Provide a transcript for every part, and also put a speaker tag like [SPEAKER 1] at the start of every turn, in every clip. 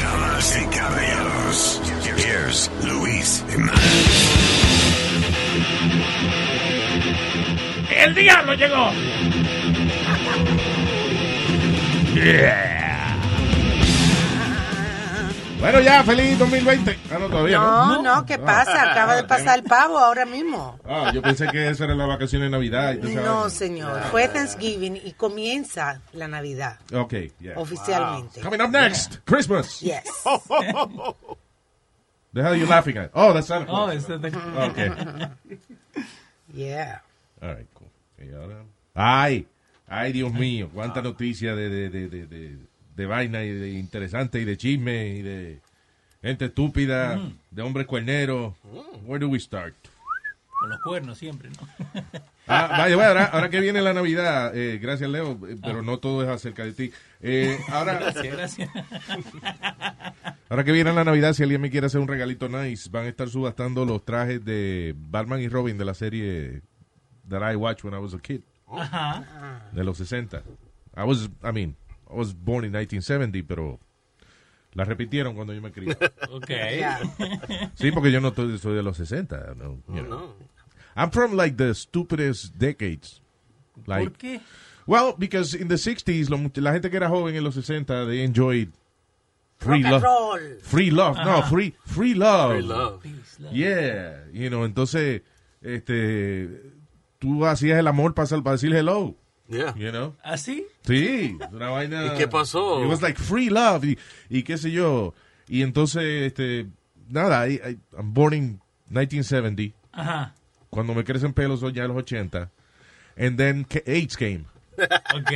[SPEAKER 1] Damas y caballeros, here's Luis Jiménez.
[SPEAKER 2] ¡El diablo llegó! Bueno, ya, feliz 2020. Ah, no, todavía.
[SPEAKER 3] No,
[SPEAKER 2] No,
[SPEAKER 3] no, ¿qué pasa? Acaba de pasar el pavo ahora mismo.
[SPEAKER 2] Ah, yo pensé que Ah. eso era la vacación de Navidad. Y tú sabes.
[SPEAKER 3] No, señor. Fue Thanksgiving y comienza la Navidad
[SPEAKER 2] Ok, yeah.
[SPEAKER 3] oficialmente.
[SPEAKER 2] Coming up next, Christmas.
[SPEAKER 3] Oh. Yes.
[SPEAKER 2] The hell are you laughing at? Oh, that's Santa
[SPEAKER 4] Oh,
[SPEAKER 2] Claus.
[SPEAKER 4] es de-
[SPEAKER 2] Okay.
[SPEAKER 3] Yeah.
[SPEAKER 2] All right, cool. Y ahora- Ay, ay, Dios mío, cuánta noticia de, de, de, de, de- de vaina y de interesante y de chisme y de gente estúpida,
[SPEAKER 4] Mm.
[SPEAKER 2] de hombres cuerneros.
[SPEAKER 3] Mm.
[SPEAKER 2] Where do we start?
[SPEAKER 4] con los cuernos siempre, ¿no?
[SPEAKER 2] Ah, vaya, vaya, ahora, ahora que viene la Navidad, eh, gracias Leo, eh,
[SPEAKER 4] Ah.
[SPEAKER 2] pero no todo es acerca de ti. Eh, ahora,
[SPEAKER 4] Gracias, gracias.
[SPEAKER 2] ahora que viene la Navidad, si alguien me quiere hacer un regalito nice, van a estar subastando los trajes de Batman y Robin de la serie That I Watched When I Was a Kid.
[SPEAKER 4] Ajá.
[SPEAKER 2] de los 60. I was, I mean, I was born in 1970, pero la repitieron cuando yo me crié.
[SPEAKER 4] Ok.
[SPEAKER 3] Yeah.
[SPEAKER 2] Sí, porque yo no estoy- soy de los 60. No, you know. I'm from like the stupidest decades. Like,
[SPEAKER 4] ¿Por qué?
[SPEAKER 2] Well, because in the 60s, lo mu- la gente que era joven en los 60, they enjoyed free
[SPEAKER 3] Rock and
[SPEAKER 2] love.
[SPEAKER 3] roll.
[SPEAKER 2] Free love, no, free, free love.
[SPEAKER 5] Free love.
[SPEAKER 2] Yeah, you know, entonces, este, tú hacías el amor para, sal- para decir hello,
[SPEAKER 5] Yeah.
[SPEAKER 2] you know.
[SPEAKER 4] ¿Así?
[SPEAKER 2] Sí, es una vaina.
[SPEAKER 5] ¿Y qué pasó?
[SPEAKER 2] It was like free love y, y qué sé yo. Y entonces, este, nada, I, I- I'm born in 1970.
[SPEAKER 4] Ajá.
[SPEAKER 2] Cuando me crecen pelos son ya los 80. And then ca- AIDS came.
[SPEAKER 4] Ok.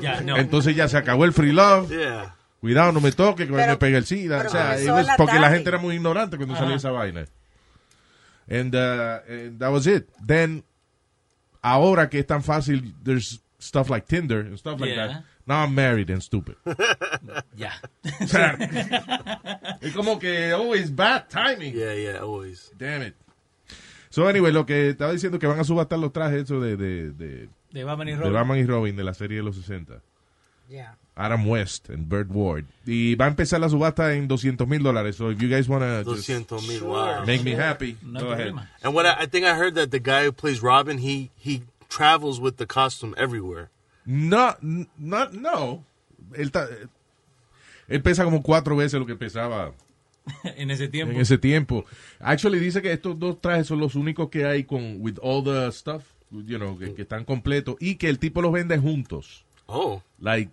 [SPEAKER 4] ya, no.
[SPEAKER 2] Entonces ya se acabó el free love.
[SPEAKER 5] Yeah.
[SPEAKER 2] Cuidado, no me toque, que
[SPEAKER 3] Pero-
[SPEAKER 2] me pegue el SIDA.
[SPEAKER 3] pero
[SPEAKER 2] o sea,
[SPEAKER 3] comenzó
[SPEAKER 2] it was-
[SPEAKER 3] la
[SPEAKER 2] porque la
[SPEAKER 3] tarde.
[SPEAKER 2] gente era muy ignorante cuando salía esa vaina. And, uh, and that was it. Then, ahora que es tan fácil, there's stuff like Tinder and stuff like
[SPEAKER 4] Yeah.
[SPEAKER 2] that. Now I'm married and stupid.
[SPEAKER 4] ya.
[SPEAKER 2] O sea, es como que always bad timing.
[SPEAKER 5] Yeah, yeah, always.
[SPEAKER 2] Damn it. So anyway, lo que estaba diciendo que van a subastar los trajes esos de, de, de,
[SPEAKER 4] De Batman y
[SPEAKER 2] de
[SPEAKER 4] Robin.
[SPEAKER 2] Batman y Robin de la serie de los 60.
[SPEAKER 3] Yeah.
[SPEAKER 2] Adam West and Burt Ward. Y va a empezar la subasta en 200 mil dólares. So if you guys want to
[SPEAKER 5] 200 mil. Wow.
[SPEAKER 2] make me happy,
[SPEAKER 4] No
[SPEAKER 2] go ahead.
[SPEAKER 4] problema.
[SPEAKER 5] And what I, I think I heard that the guy who plays Robin, he he travels with the costume everywhere.
[SPEAKER 2] No, n- no, no. Él, ta- él pesa como cuatro veces lo que pesaba
[SPEAKER 4] En ese tiempo.
[SPEAKER 2] en ese tiempo. Actually dice que estos dos trajes son los únicos que hay con with all the stuff, you know, que, que están completos y que el tipo los vende juntos.
[SPEAKER 5] Oh.
[SPEAKER 2] Like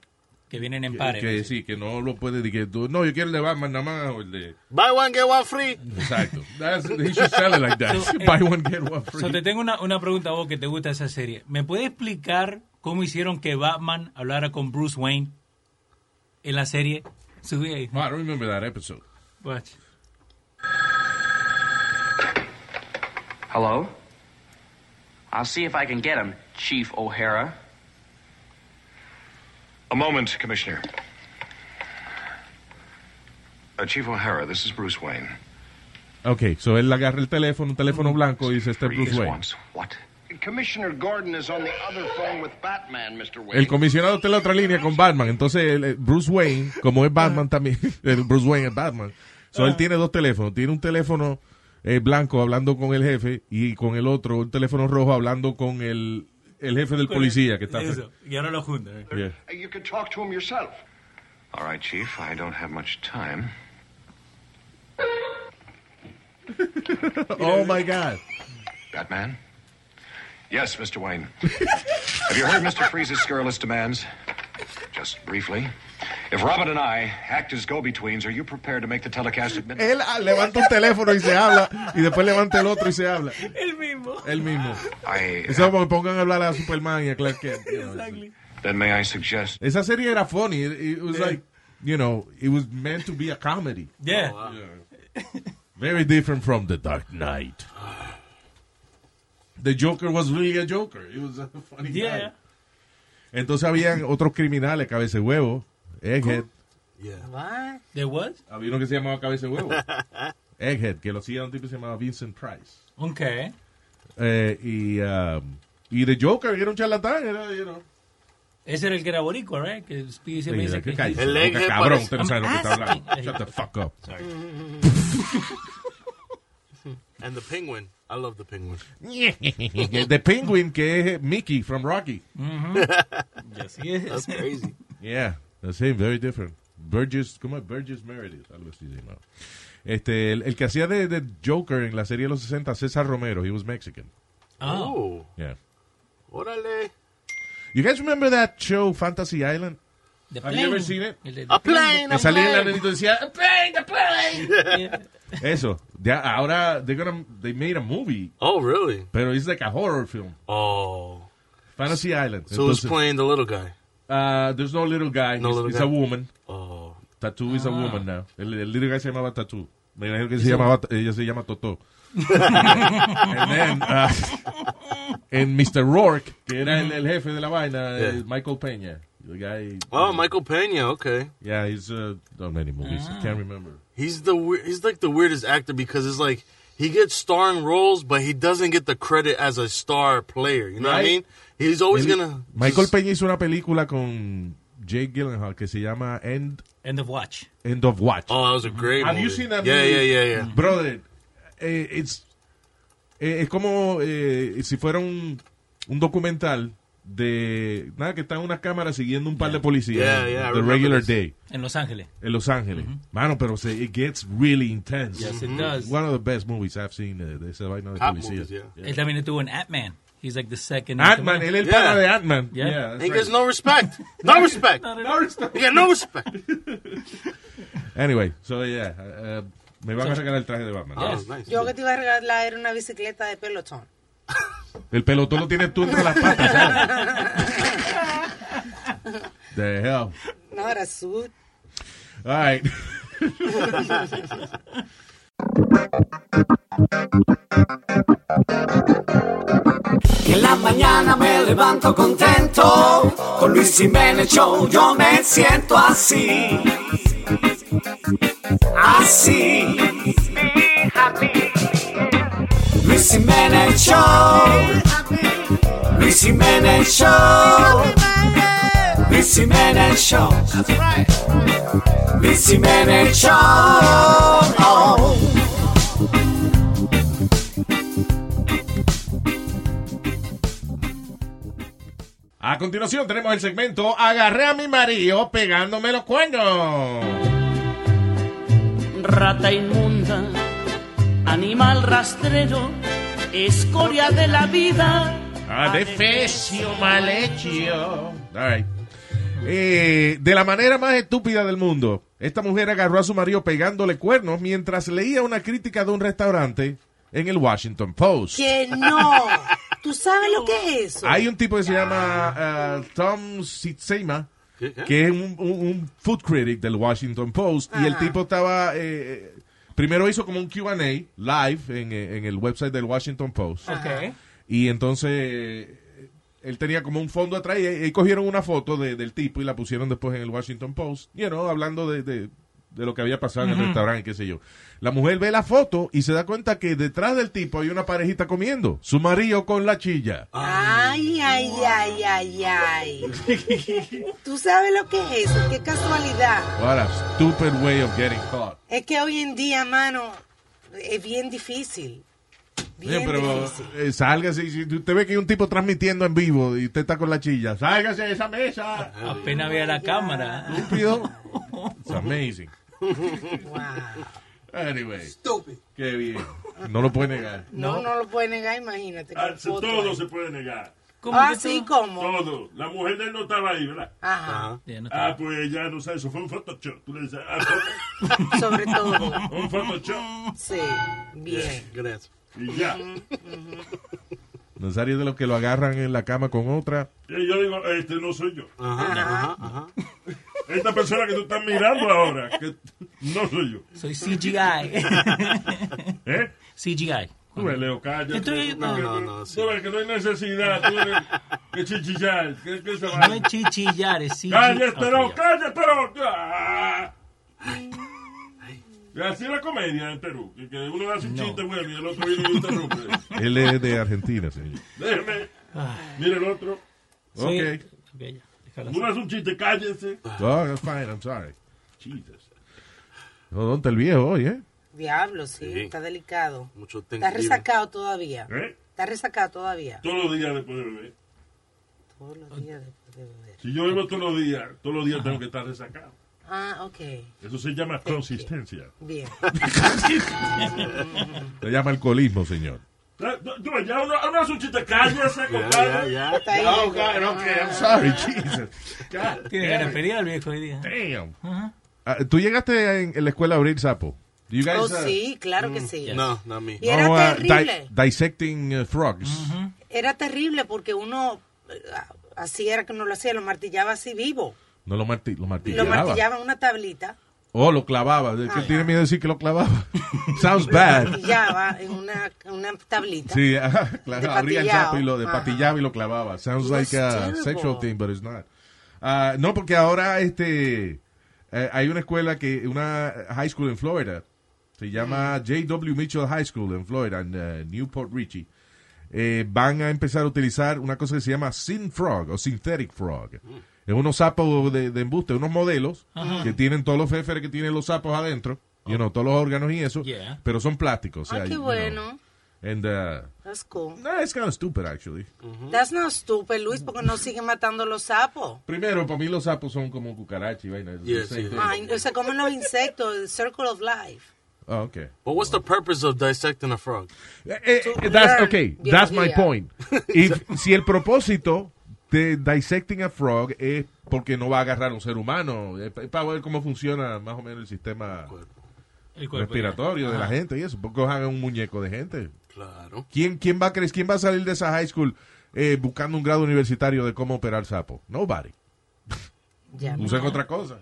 [SPEAKER 4] Que vienen
[SPEAKER 2] que,
[SPEAKER 4] en pares.
[SPEAKER 2] que sí, que no lo puede decir, no, yo quiero el de Batman nada más o el de
[SPEAKER 5] Buy one, get one free.
[SPEAKER 2] Exacto. That's, he should sell it like that.
[SPEAKER 4] So, eh,
[SPEAKER 2] Buy one get one free.
[SPEAKER 4] So, te tengo una, una pregunta a vos que te gusta esa serie. ¿Me puedes explicar cómo hicieron que Batman hablara con Bruce Wayne en la serie? Subí ahí.
[SPEAKER 2] Oh, I don't remember that episode.
[SPEAKER 4] Watch.
[SPEAKER 6] Hello? I'll see if I can get him, Chief O'Hara.
[SPEAKER 7] A moment, Commissioner. Uh, Chief O'Hara, this is Bruce Wayne.
[SPEAKER 2] Okay, so él agarra el teléfono, un teléfono blanco y dice este es
[SPEAKER 7] Three
[SPEAKER 2] Bruce
[SPEAKER 7] is
[SPEAKER 2] Wayne.
[SPEAKER 7] once. What?
[SPEAKER 8] Commissioner Gordon is on the other phone with Batman, Mr. Wayne.
[SPEAKER 2] El comisionado está en la otra línea con Batman. Entonces, el, eh, Bruce Wayne, como es
[SPEAKER 4] Ah.
[SPEAKER 2] Batman también, el Bruce Wayne es Batman. So, él tiene dos teléfonos. Tiene un teléfono eh, blanco hablando con el jefe y con el otro, un teléfono rojo hablando con el, el jefe del policía que está.
[SPEAKER 4] Eso. Y ahora lo juntan. eh.
[SPEAKER 2] Yeah.
[SPEAKER 8] Uh, You could talk to him yourself.
[SPEAKER 7] All right, Chief, I don't have much time.
[SPEAKER 2] Oh my God.
[SPEAKER 7] Batman? Yes, Mr. Wayne. have you heard Mr. Freeze's scurrilous demands? Just briefly. If Robin and I act as go betweens, are you prepared to make the telecast at midnight?
[SPEAKER 2] Él ah, levanta un teléfono y se habla y después levanta el otro y se habla.
[SPEAKER 4] El mismo.
[SPEAKER 2] Él mismo.
[SPEAKER 7] I.
[SPEAKER 2] Eso como que pongan a hablar a Superman y a Clark Kent. you know.
[SPEAKER 7] Then may I suggest.
[SPEAKER 2] Esa serie era funny. It, it was like you know, it was meant to be a comedy.
[SPEAKER 4] Yeah.
[SPEAKER 2] Very different from The Dark Knight. The Joker was really a Joker. It was a funny
[SPEAKER 4] Yeah.
[SPEAKER 2] guy. Entonces habían otros criminales, Cabeza de Huevo, Egghead.
[SPEAKER 5] Yeah.
[SPEAKER 3] What?
[SPEAKER 4] There was?
[SPEAKER 2] Había uno que se llamaba Cabeza de Huevo. Egghead, que lo hacía un tipo que se llamaba Vincent Price.
[SPEAKER 4] Okay.
[SPEAKER 2] Eh, y, um, y The Joker, era un charlatán, era, you know.
[SPEAKER 4] Ese era el que era boricua, right? Que Speedy siempre
[SPEAKER 2] Mira,
[SPEAKER 4] dice
[SPEAKER 2] que
[SPEAKER 4] que...
[SPEAKER 2] cállese,
[SPEAKER 5] El
[SPEAKER 2] boca,
[SPEAKER 5] eje
[SPEAKER 2] cabrón,
[SPEAKER 5] parece-
[SPEAKER 2] usted no sabe lo que está hablando.
[SPEAKER 4] asking.
[SPEAKER 2] Shut the fuck up.
[SPEAKER 5] And the penguin. I love the penguin.
[SPEAKER 2] The Penguin, que es Mickey from Rocky.
[SPEAKER 4] Así es.
[SPEAKER 5] That's crazy.
[SPEAKER 2] Yeah, the same, very different. Burgess, ¿cómo es? Burgess Meredith, algo así se llamaba. Este, el, el que hacía de, de Joker en la serie de los 60, César Romero, he was Mexican.
[SPEAKER 4] Oh.
[SPEAKER 5] Oh.
[SPEAKER 2] Yeah.
[SPEAKER 5] Orale.
[SPEAKER 2] You guys remember that show, Fantasy Island?
[SPEAKER 4] The
[SPEAKER 2] Have you
[SPEAKER 4] plane.
[SPEAKER 2] ever seen it?
[SPEAKER 4] El de-
[SPEAKER 5] A plane.
[SPEAKER 2] Que
[SPEAKER 5] A
[SPEAKER 2] salía el
[SPEAKER 5] plane.
[SPEAKER 2] nenito y decía, "A plane, a plane.
[SPEAKER 4] Yeah.
[SPEAKER 2] Eso, ya, ahora, they're gonna, they made a movie,
[SPEAKER 5] Oh, really?
[SPEAKER 2] pero it's like a horror film.
[SPEAKER 5] Oh.
[SPEAKER 2] Fantasy Island.
[SPEAKER 5] So who's
[SPEAKER 2] Entonces,
[SPEAKER 5] playing the little guy?
[SPEAKER 2] uh, there's no little guy,
[SPEAKER 5] No
[SPEAKER 2] it's,
[SPEAKER 5] little
[SPEAKER 2] it's
[SPEAKER 5] guy.
[SPEAKER 2] a woman.
[SPEAKER 5] Oh.
[SPEAKER 2] Tattoo is a woman now. El, el líder que se llamaba Tattoo. Me imagino que se llamaba, ella se llama Totó. And then, uh, en Mr. Rourke, que era el, el jefe de la vaina,
[SPEAKER 5] Yeah.
[SPEAKER 2] eh, Michael Peña. The guy,
[SPEAKER 5] Oh, Michael Pena. Okay.
[SPEAKER 2] yeah, he's uh, done many movies. I can't remember.
[SPEAKER 5] He's the weir- he's like the weirdest actor because it's like he gets starring roles, but he doesn't get the credit as a star player. You know what I
[SPEAKER 2] Right.
[SPEAKER 5] mean? He's always
[SPEAKER 2] Él-
[SPEAKER 5] gonna
[SPEAKER 2] Michael
[SPEAKER 5] just-
[SPEAKER 2] Peña hizo una película con Jake Gyllenhaal que se llama End,
[SPEAKER 4] End of watch.
[SPEAKER 2] End of Watch.
[SPEAKER 5] Oh, that was a great.
[SPEAKER 2] Have you
[SPEAKER 5] movie.
[SPEAKER 2] seen that
[SPEAKER 5] Yeah,
[SPEAKER 2] movie? Mm.
[SPEAKER 5] yeah, yeah, yeah.
[SPEAKER 2] Brother, eh, it's- eh, es como eh, si fuera un, un documental de nada que está en una cámara siguiendo un par de policías
[SPEAKER 5] Yeah, yeah, I
[SPEAKER 2] the
[SPEAKER 5] remember
[SPEAKER 2] regular
[SPEAKER 5] this.
[SPEAKER 2] day
[SPEAKER 4] En Los Ángeles.
[SPEAKER 2] en Los Ángeles mano pero se, it gets really intense
[SPEAKER 4] Yes, it does.
[SPEAKER 2] one of the best movies I've seen eh, de esa vaina de
[SPEAKER 5] Cop
[SPEAKER 2] policías
[SPEAKER 5] movies, Ah, yeah.
[SPEAKER 4] Él también estuvo en Ant-Man. He's like the second... in
[SPEAKER 2] Ant-Man
[SPEAKER 4] command.
[SPEAKER 2] él es el
[SPEAKER 5] Yeah.
[SPEAKER 2] pana de Ant-Man
[SPEAKER 4] Yeah.
[SPEAKER 2] Yeah, that's
[SPEAKER 5] He gets
[SPEAKER 2] right.
[SPEAKER 5] no respect. No respect.
[SPEAKER 2] No respect.
[SPEAKER 5] He got no respect.
[SPEAKER 2] anyway so yeah eh, eh, me van a sacar el traje de Batman
[SPEAKER 5] Oh, nice.
[SPEAKER 3] Yo que te iba a regalar era una bicicleta de pelotón.
[SPEAKER 2] El pelotón lo tienes tú entre las patas. ¿eh? ¿sabes? The hell.
[SPEAKER 3] No, era su...
[SPEAKER 2] All right.
[SPEAKER 9] Que en la mañana me levanto contento. Con Luis Jiménez Show yo me siento así. Así. Luis Jiménez Show. Luis Jiménez Show. Luis Jiménez Show. Luis Jiménez Show. Oh.
[SPEAKER 2] A continuación tenemos el segmento Agarré a mi marido pegándome los cuernos.
[SPEAKER 9] Rata inmunda, animal rastrero, escoria de la vida.
[SPEAKER 2] A defecio mal hecho. All right. Eh, de la manera más estúpida del mundo, esta mujer agarró a su marido pegándole cuernos mientras leía una crítica de un restaurante en el Washington Post.
[SPEAKER 3] Que no. ¿Tú sabes lo que es eso?
[SPEAKER 2] Hay un tipo que se llama eh, Tom Sitsema,
[SPEAKER 5] ¿Qué?
[SPEAKER 2] que es un, un- un food critic del Washington Post, y el tipo estaba... eh, eh, primero hizo como un QA live en, eh, en el website del Washington Post.
[SPEAKER 4] Okay.
[SPEAKER 2] Y entonces eh, él tenía como un fondo atrás y, y cogieron una foto de- del tipo y la pusieron después en el Washington Post, you know, hablando de, de- de lo que había pasado en el restaurante, qué sé yo. La mujer ve la foto y se da cuenta que detrás del tipo hay una parejita comiendo, su marido con la chilla.
[SPEAKER 3] Ay, ay, ay, ay, ay. ¿Tú sabes lo que es eso? Qué casualidad.
[SPEAKER 2] What a stupid way of getting caught.
[SPEAKER 3] Es que hoy en día, mano, es bien difícil. Bien
[SPEAKER 2] Oye, pero
[SPEAKER 3] difícil.
[SPEAKER 2] eh, sálgase, si usted ve que hay un tipo transmitiendo en vivo y usted está con la chilla, sálgase de esa
[SPEAKER 5] Ah,
[SPEAKER 2] mesa.
[SPEAKER 4] Apenas veía la cámara.
[SPEAKER 2] Estúpido. It's amazing.
[SPEAKER 3] Wow.
[SPEAKER 2] Anyway. Qué bien. No Ah, lo puede negar.
[SPEAKER 3] No, no lo puede negar, imagínate. con foto ahí.
[SPEAKER 10] puede negar.
[SPEAKER 4] ¿Cómo
[SPEAKER 3] Ah,
[SPEAKER 4] que
[SPEAKER 3] sí,
[SPEAKER 4] todo?
[SPEAKER 3] ¿cómo?
[SPEAKER 10] Todo. La mujer de él no estaba ahí, ¿verdad?
[SPEAKER 3] Ajá,
[SPEAKER 4] Yeah, no
[SPEAKER 10] Ah, pues ella no sabe, eso fue un Photoshop. Tú le dices, ah, fue
[SPEAKER 3] sobre todo.
[SPEAKER 10] un Photoshop.
[SPEAKER 3] Sí, bien.
[SPEAKER 5] Good answer.
[SPEAKER 10] Y ya.
[SPEAKER 2] Nazario es de los que lo agarran en la cama con otra.
[SPEAKER 10] Y yo digo, este no soy yo.
[SPEAKER 5] Uh huh. Uh huh.
[SPEAKER 10] Esta persona que tú estás mirando ahora, que no soy yo.
[SPEAKER 4] Soy CGI.
[SPEAKER 10] ¿Eh?
[SPEAKER 4] CGI.
[SPEAKER 10] Tú eres Leo Calle.
[SPEAKER 4] Estoy- no, no, no,
[SPEAKER 10] Tú ves que no hay necesidad. Tú eres que chichillar. Que, que se va.
[SPEAKER 4] No es chichillar, es CGI.
[SPEAKER 10] Cállate,
[SPEAKER 4] Ok,
[SPEAKER 10] no,
[SPEAKER 4] ya.
[SPEAKER 10] cállate, no. Ah. Y Así es la comedia en Perú. Que, que uno hace un chiste bueno y el otro viene y interrumpe.
[SPEAKER 2] Él es de Argentina, señor.
[SPEAKER 10] Déjeme. Mira el otro.
[SPEAKER 2] Soy-
[SPEAKER 10] Ok. Uno hace un chiste, cállense.
[SPEAKER 2] Oh, that's fine, I'm sorry.
[SPEAKER 10] Jesus.
[SPEAKER 2] Odonte el viejo hoy, ¿eh?
[SPEAKER 3] Diablo, sí, está delicado.
[SPEAKER 5] Mucho
[SPEAKER 3] Está
[SPEAKER 5] Thanksgiving.
[SPEAKER 3] resacado todavía.
[SPEAKER 10] ¿Eh?
[SPEAKER 3] Está resacado todavía.
[SPEAKER 10] Todos los días después de beber.
[SPEAKER 3] Todos los días después de beber.
[SPEAKER 10] Si yo bebo todos los días, todos los días tengo que estar resacado.
[SPEAKER 3] Ah, ok.
[SPEAKER 10] Eso se llama consistencia.
[SPEAKER 3] Bien.
[SPEAKER 2] Se llama alcoholismo, señor.
[SPEAKER 10] Ya, ya, ya, uno, uno hace un chiste, cállese, compadre.
[SPEAKER 5] ya,
[SPEAKER 10] Ya, okay, okay,
[SPEAKER 3] Ah.
[SPEAKER 10] I'm sorry.
[SPEAKER 2] Sorry, Jesus. God
[SPEAKER 4] Tiene
[SPEAKER 2] damn
[SPEAKER 4] ganas de
[SPEAKER 2] it.
[SPEAKER 4] pelear el viejo hoy día.
[SPEAKER 2] Damn. Ah, Tú llegaste en, en la escuela a abrir sapo. Do you guys,
[SPEAKER 3] Oh,
[SPEAKER 2] uh,
[SPEAKER 3] sí, claro que sí.
[SPEAKER 5] No, not me.
[SPEAKER 3] Y era
[SPEAKER 2] no, uh, di-
[SPEAKER 3] terrible.
[SPEAKER 2] dissecting uh, frogs.
[SPEAKER 3] Era terrible porque uno, eh, así era que no lo hacía, lo martillaba así vivo.
[SPEAKER 2] No lo, marti lo
[SPEAKER 3] Lo
[SPEAKER 2] martillaba.
[SPEAKER 3] martillaba en una tablita,
[SPEAKER 2] Oh, lo clavaba. ¿De ¿Qué tiene miedo de decir que lo clavaba? Sounds bad.
[SPEAKER 3] martillaba en una, en una tablita.
[SPEAKER 2] Sí, ajá, claro,
[SPEAKER 3] De
[SPEAKER 2] abría el
[SPEAKER 3] patillao.
[SPEAKER 2] sapo y lo
[SPEAKER 3] Ajá.
[SPEAKER 2] despatillaba y lo clavaba. Sounds like a
[SPEAKER 3] terrible.
[SPEAKER 2] sexual thing, but it's not. Ah, no, porque ahora este eh, hay una escuela que una high school en Florida se llama
[SPEAKER 3] Mm.
[SPEAKER 2] J.W. Mitchell High School en Florida en eh, Newport Richie. Eh, van a empezar a utilizar una cosa que se llama sin frog o synthetic frog.
[SPEAKER 3] Mm.
[SPEAKER 2] Es unos sapos de, de embuste, unos modelos
[SPEAKER 4] Ajá.
[SPEAKER 2] que tienen todos los feferes que tienen los sapos adentro, you know, todos los órganos y eso,
[SPEAKER 4] Yeah.
[SPEAKER 2] pero son plásticos. o sea,
[SPEAKER 3] Oh. Ah, qué
[SPEAKER 2] you know,
[SPEAKER 3] bueno.
[SPEAKER 2] and, uh,
[SPEAKER 3] That's cool. Mm.
[SPEAKER 2] no, it's kind of stupid, actually.
[SPEAKER 3] That's not stupid, Luis, porque no siguen matando los sapos.
[SPEAKER 2] Primero, para mí los sapos son como cucarachas y vainas.
[SPEAKER 5] Yeah,
[SPEAKER 2] It's the
[SPEAKER 5] sí.
[SPEAKER 2] same thing.
[SPEAKER 3] Ay, se comen los insectos, el circle of life.
[SPEAKER 2] Ah, okay.
[SPEAKER 5] But what's the purpose of dissecting a frog?
[SPEAKER 2] Eh, eh, eh, that's,
[SPEAKER 3] learn
[SPEAKER 2] okay, that's my
[SPEAKER 3] biología.
[SPEAKER 2] point. If- si el propósito de dissecting a frog es porque no va a agarrar un ser humano, es para ver cómo funciona más o menos el sistema
[SPEAKER 4] El cuerpo,
[SPEAKER 2] respiratorio
[SPEAKER 4] ya.
[SPEAKER 2] de la
[SPEAKER 4] Ajá.
[SPEAKER 2] gente y eso, porque hagan un muñeco de gente.
[SPEAKER 5] Claro.
[SPEAKER 2] ¿Quién, quién, va a cre- ¿Quién va a salir de esa high school eh, buscando un grado universitario de cómo operar sapo? Nobody.
[SPEAKER 3] Ya,
[SPEAKER 2] Usen otra cosa.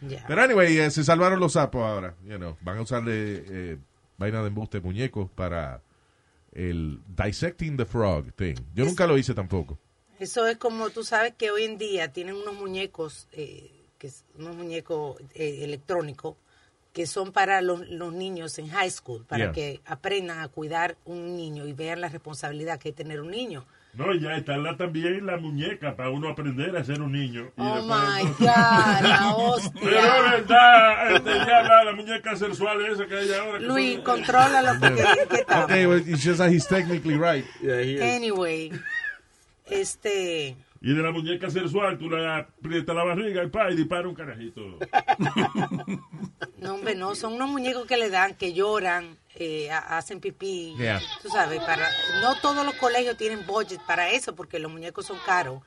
[SPEAKER 3] ya.
[SPEAKER 2] Pero anyway, eh, se salvaron los sapos ahora. You know, van a usarle eh, vaina de embuste muñecos para el dissecting the frog thing. Yo nunca lo hice tampoco.
[SPEAKER 3] Eso es como tú sabes que hoy en día tienen unos muñecos, eh, que es- unos muñecos eh, electrónicos que son para los, los niños en high school, para
[SPEAKER 2] Yeah.
[SPEAKER 3] que aprendan a cuidar un niño y vean la responsabilidad que es tener un niño.
[SPEAKER 10] No, ya está la, también la muñeca para uno aprender a ser un niño. Y
[SPEAKER 3] Oh
[SPEAKER 10] después-
[SPEAKER 3] my God, la
[SPEAKER 10] Pero
[SPEAKER 3] Ah,
[SPEAKER 10] ahora
[SPEAKER 3] hostia.
[SPEAKER 10] está este, ya la, la muñeca sexual esa que hay ahora. que
[SPEAKER 3] Luis,
[SPEAKER 10] son-
[SPEAKER 3] contrólalo porque
[SPEAKER 2] Yeah.
[SPEAKER 3] ¿qué tal?
[SPEAKER 2] Okay, well, it's just that he's technically right.
[SPEAKER 5] Yeah, he is.
[SPEAKER 3] Anyway, este,
[SPEAKER 10] Y de la muñeca sexual tú la aprietas la barriga y, pa, y dispara un carajito.
[SPEAKER 3] no hombre, no, son unos muñecos que le dan, que lloran, eh, ha- hacen pipí,
[SPEAKER 2] Yeah.
[SPEAKER 3] tú sabes, para, no todos los colegios tienen budget para eso porque los muñecos son caros.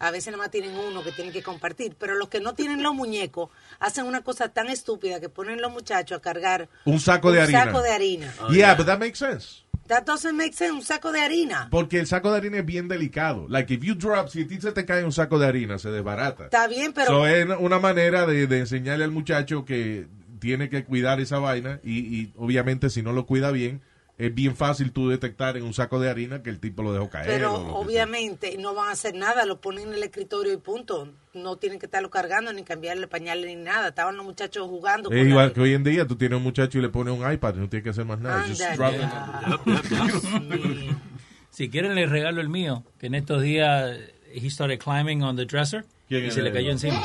[SPEAKER 3] A veces nada más tienen uno que tienen que compartir, pero los que no tienen los muñecos hacen una cosa tan estúpida que ponen los muchachos a cargar
[SPEAKER 2] Un saco de harina. Oh,
[SPEAKER 3] saco de harina.
[SPEAKER 2] yeah, but that makes sense.
[SPEAKER 3] That doesn't make sense, un saco de harina.
[SPEAKER 2] Porque el saco de harina es bien delicado. Like, if you drop, si a ti se te cae un saco de harina, se desbarata.
[SPEAKER 3] Está bien, pero
[SPEAKER 2] So, es una manera de, de enseñarle al muchacho que tiene que cuidar esa vaina y, y obviamente si no lo cuida bien, es bien fácil tú detectar en un saco de harina que el tipo lo dejó caer.
[SPEAKER 3] Pero
[SPEAKER 2] o lo que sea.
[SPEAKER 3] obviamente no van a hacer nada, lo ponen en el escritorio y punto. No tienen que estarlo cargando ni cambiarle pañales ni nada. Estaban los muchachos jugando.
[SPEAKER 2] Es
[SPEAKER 3] con
[SPEAKER 2] igual
[SPEAKER 3] la-
[SPEAKER 2] que hoy en día tú tienes un muchacho y le pones un iPad, no tienes que hacer más nada. Just
[SPEAKER 3] Anda
[SPEAKER 2] drop
[SPEAKER 3] ya.
[SPEAKER 4] Si quieren, les regalo el mío. Que en estos días, eh, he started climbing on the dresser.
[SPEAKER 2] ¿Quién
[SPEAKER 4] Y
[SPEAKER 2] era
[SPEAKER 4] se le cayó
[SPEAKER 2] el-
[SPEAKER 4] encima.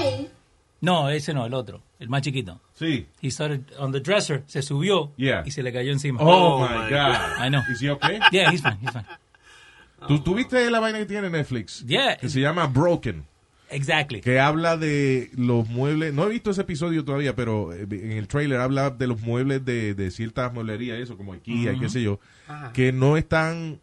[SPEAKER 4] No, ese no, el otro. El más chiquito.
[SPEAKER 2] it. Sí.
[SPEAKER 4] He started on the dresser. Se subió.
[SPEAKER 2] Yeah.
[SPEAKER 4] Y se le cayó encima.
[SPEAKER 2] Oh, my God.
[SPEAKER 4] I know.
[SPEAKER 2] Is he okay?
[SPEAKER 4] Yeah, he's fine, he's fine.
[SPEAKER 3] Ah,
[SPEAKER 2] ¿Tú, tú viste la vaina que tiene Netflix?
[SPEAKER 4] Yeah.
[SPEAKER 2] Que se llama Broken.
[SPEAKER 4] Exactly.
[SPEAKER 2] que habla de los muebles. No he visto ese episodio todavía, pero eh, en el trailer habla de los muebles de, de ciertas mueblerías, eso, como IKEA y qué sé yo, que no están,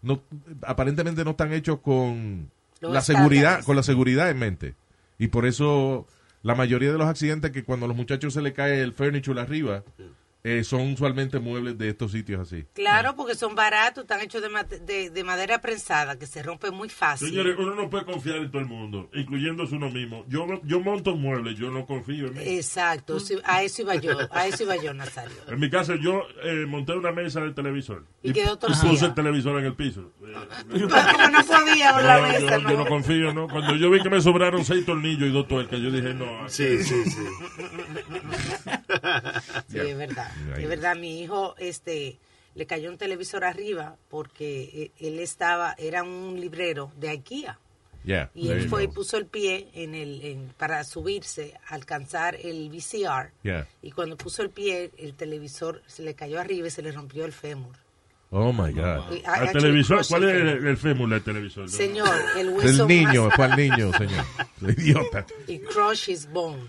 [SPEAKER 2] no, aparentemente no están hechos con
[SPEAKER 3] Los
[SPEAKER 2] la seguridad,
[SPEAKER 3] estándares.
[SPEAKER 2] con la seguridad en mente. Y
[SPEAKER 3] Mm.
[SPEAKER 2] por eso la mayoría de los accidentes que cuando a los muchachos se le cae el furniture arriba, eh, son usualmente muebles de estos sitios así.
[SPEAKER 3] Claro, porque son baratos, están hechos de, mate- de- de madera prensada, que se rompe muy fácil.
[SPEAKER 10] Señores, uno no puede confiar en todo el mundo, incluyéndose uno mismo. Yo, no- yo monto muebles, yo no confío en mí.
[SPEAKER 3] Exacto, sí, a eso iba yo, a eso iba yo, Nazario.
[SPEAKER 10] En mi caso, yo eh, monté una mesa de televisor.
[SPEAKER 3] Y quedó torcida.
[SPEAKER 10] puse el televisor en el piso. Eh,
[SPEAKER 3] Como no podía con la
[SPEAKER 10] no,
[SPEAKER 3] mesa,
[SPEAKER 10] yo, yo no confío, ¿no? Cuando yo vi que me sobraron seis tornillos y dos tuercas, yo dije, no. eh".
[SPEAKER 5] Sí, sí, sí.
[SPEAKER 3] Sí, es verdad. Es verdad, mi hijo este, le cayó un televisor arriba porque eh, él estaba, era un librero de IKEA.
[SPEAKER 2] Yeah,
[SPEAKER 3] Y
[SPEAKER 2] there
[SPEAKER 3] él
[SPEAKER 2] you
[SPEAKER 3] fue y
[SPEAKER 2] go.
[SPEAKER 3] puso el pie en el, en- para subirse, alcanzar el VCR.
[SPEAKER 2] Yeah.
[SPEAKER 3] Y cuando puso el pie, el televisor se le cayó arriba y se le rompió el fémur.
[SPEAKER 2] Oh my God.
[SPEAKER 3] Y I
[SPEAKER 10] ¿Al
[SPEAKER 3] actually
[SPEAKER 10] televisor?
[SPEAKER 3] crushed
[SPEAKER 10] ¿Cuál
[SPEAKER 3] the
[SPEAKER 10] es
[SPEAKER 3] fémur.
[SPEAKER 10] el, el fémur del televisor?
[SPEAKER 3] Señor, el hueso
[SPEAKER 2] Del niño,
[SPEAKER 3] más-
[SPEAKER 2] ¿cuál niño, señor? Idiota.
[SPEAKER 3] Y crush his bone.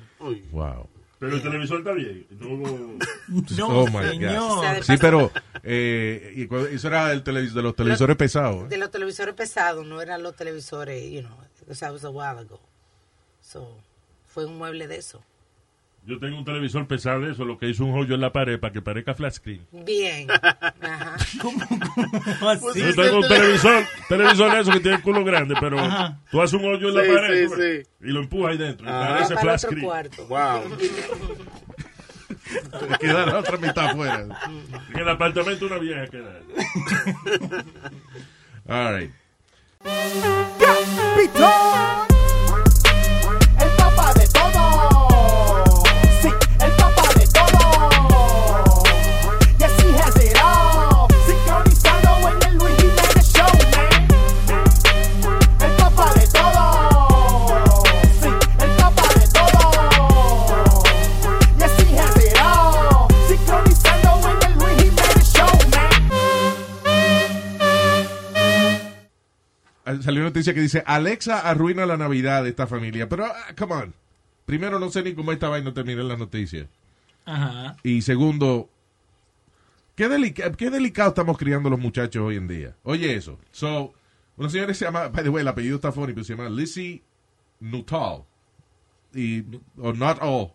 [SPEAKER 2] Wow.
[SPEAKER 10] Pero el televisor está bien. No hubo-
[SPEAKER 2] oh my God.
[SPEAKER 3] señor.
[SPEAKER 2] Sí, pero eh, y cu- eso era el televis- de los televisores pesados. ¿eh?
[SPEAKER 3] De los televisores pesados, no eran los televisores, you know, o sea, it was a while ago. So, fue un mueble de eso.
[SPEAKER 10] Yo tengo un televisor pesado de eso, lo que hizo un hoyo en la pared para que parezca flat screen.
[SPEAKER 3] Bien. Ajá.
[SPEAKER 4] así?
[SPEAKER 10] Yo Pues tengo un televisor, televisor de eso que tiene el culo grande, pero
[SPEAKER 4] Ajá.
[SPEAKER 10] tú haces un hoyo en la
[SPEAKER 5] Sí,
[SPEAKER 10] pared
[SPEAKER 5] sí,
[SPEAKER 10] tú ves, y lo empujas ahí dentro. y Parece
[SPEAKER 3] Va para
[SPEAKER 10] flat
[SPEAKER 3] otro
[SPEAKER 10] screen.
[SPEAKER 3] cuarto.
[SPEAKER 5] Wow.
[SPEAKER 2] Queda la otra mitad afuera.
[SPEAKER 10] En el apartamento una vieja queda.
[SPEAKER 2] All right.
[SPEAKER 11] Capitán, el papá de todo. Sí, el papá de todo. Yes, he has it all. Sincronizado en el Luis Jiménez Show, man. El papá de todo. Sí, el papá de todo. Yes, he has it all. Sincronizado en el Luis Jiménez Show,
[SPEAKER 2] Ah, Salió una noticia que dice, Alexa arruina la Navidad de esta familia. Pero, ah, come on. Primero, no sé ni cómo esta vaina termina en la noticia.
[SPEAKER 4] Ajá.
[SPEAKER 2] Y segundo, qué, delica- qué delicado estamos criando los muchachos hoy en día. Oye eso. So, una señora que se llama, by the way, el apellido está funny, pero se llama Lizzie Nuttall. Y, o not all.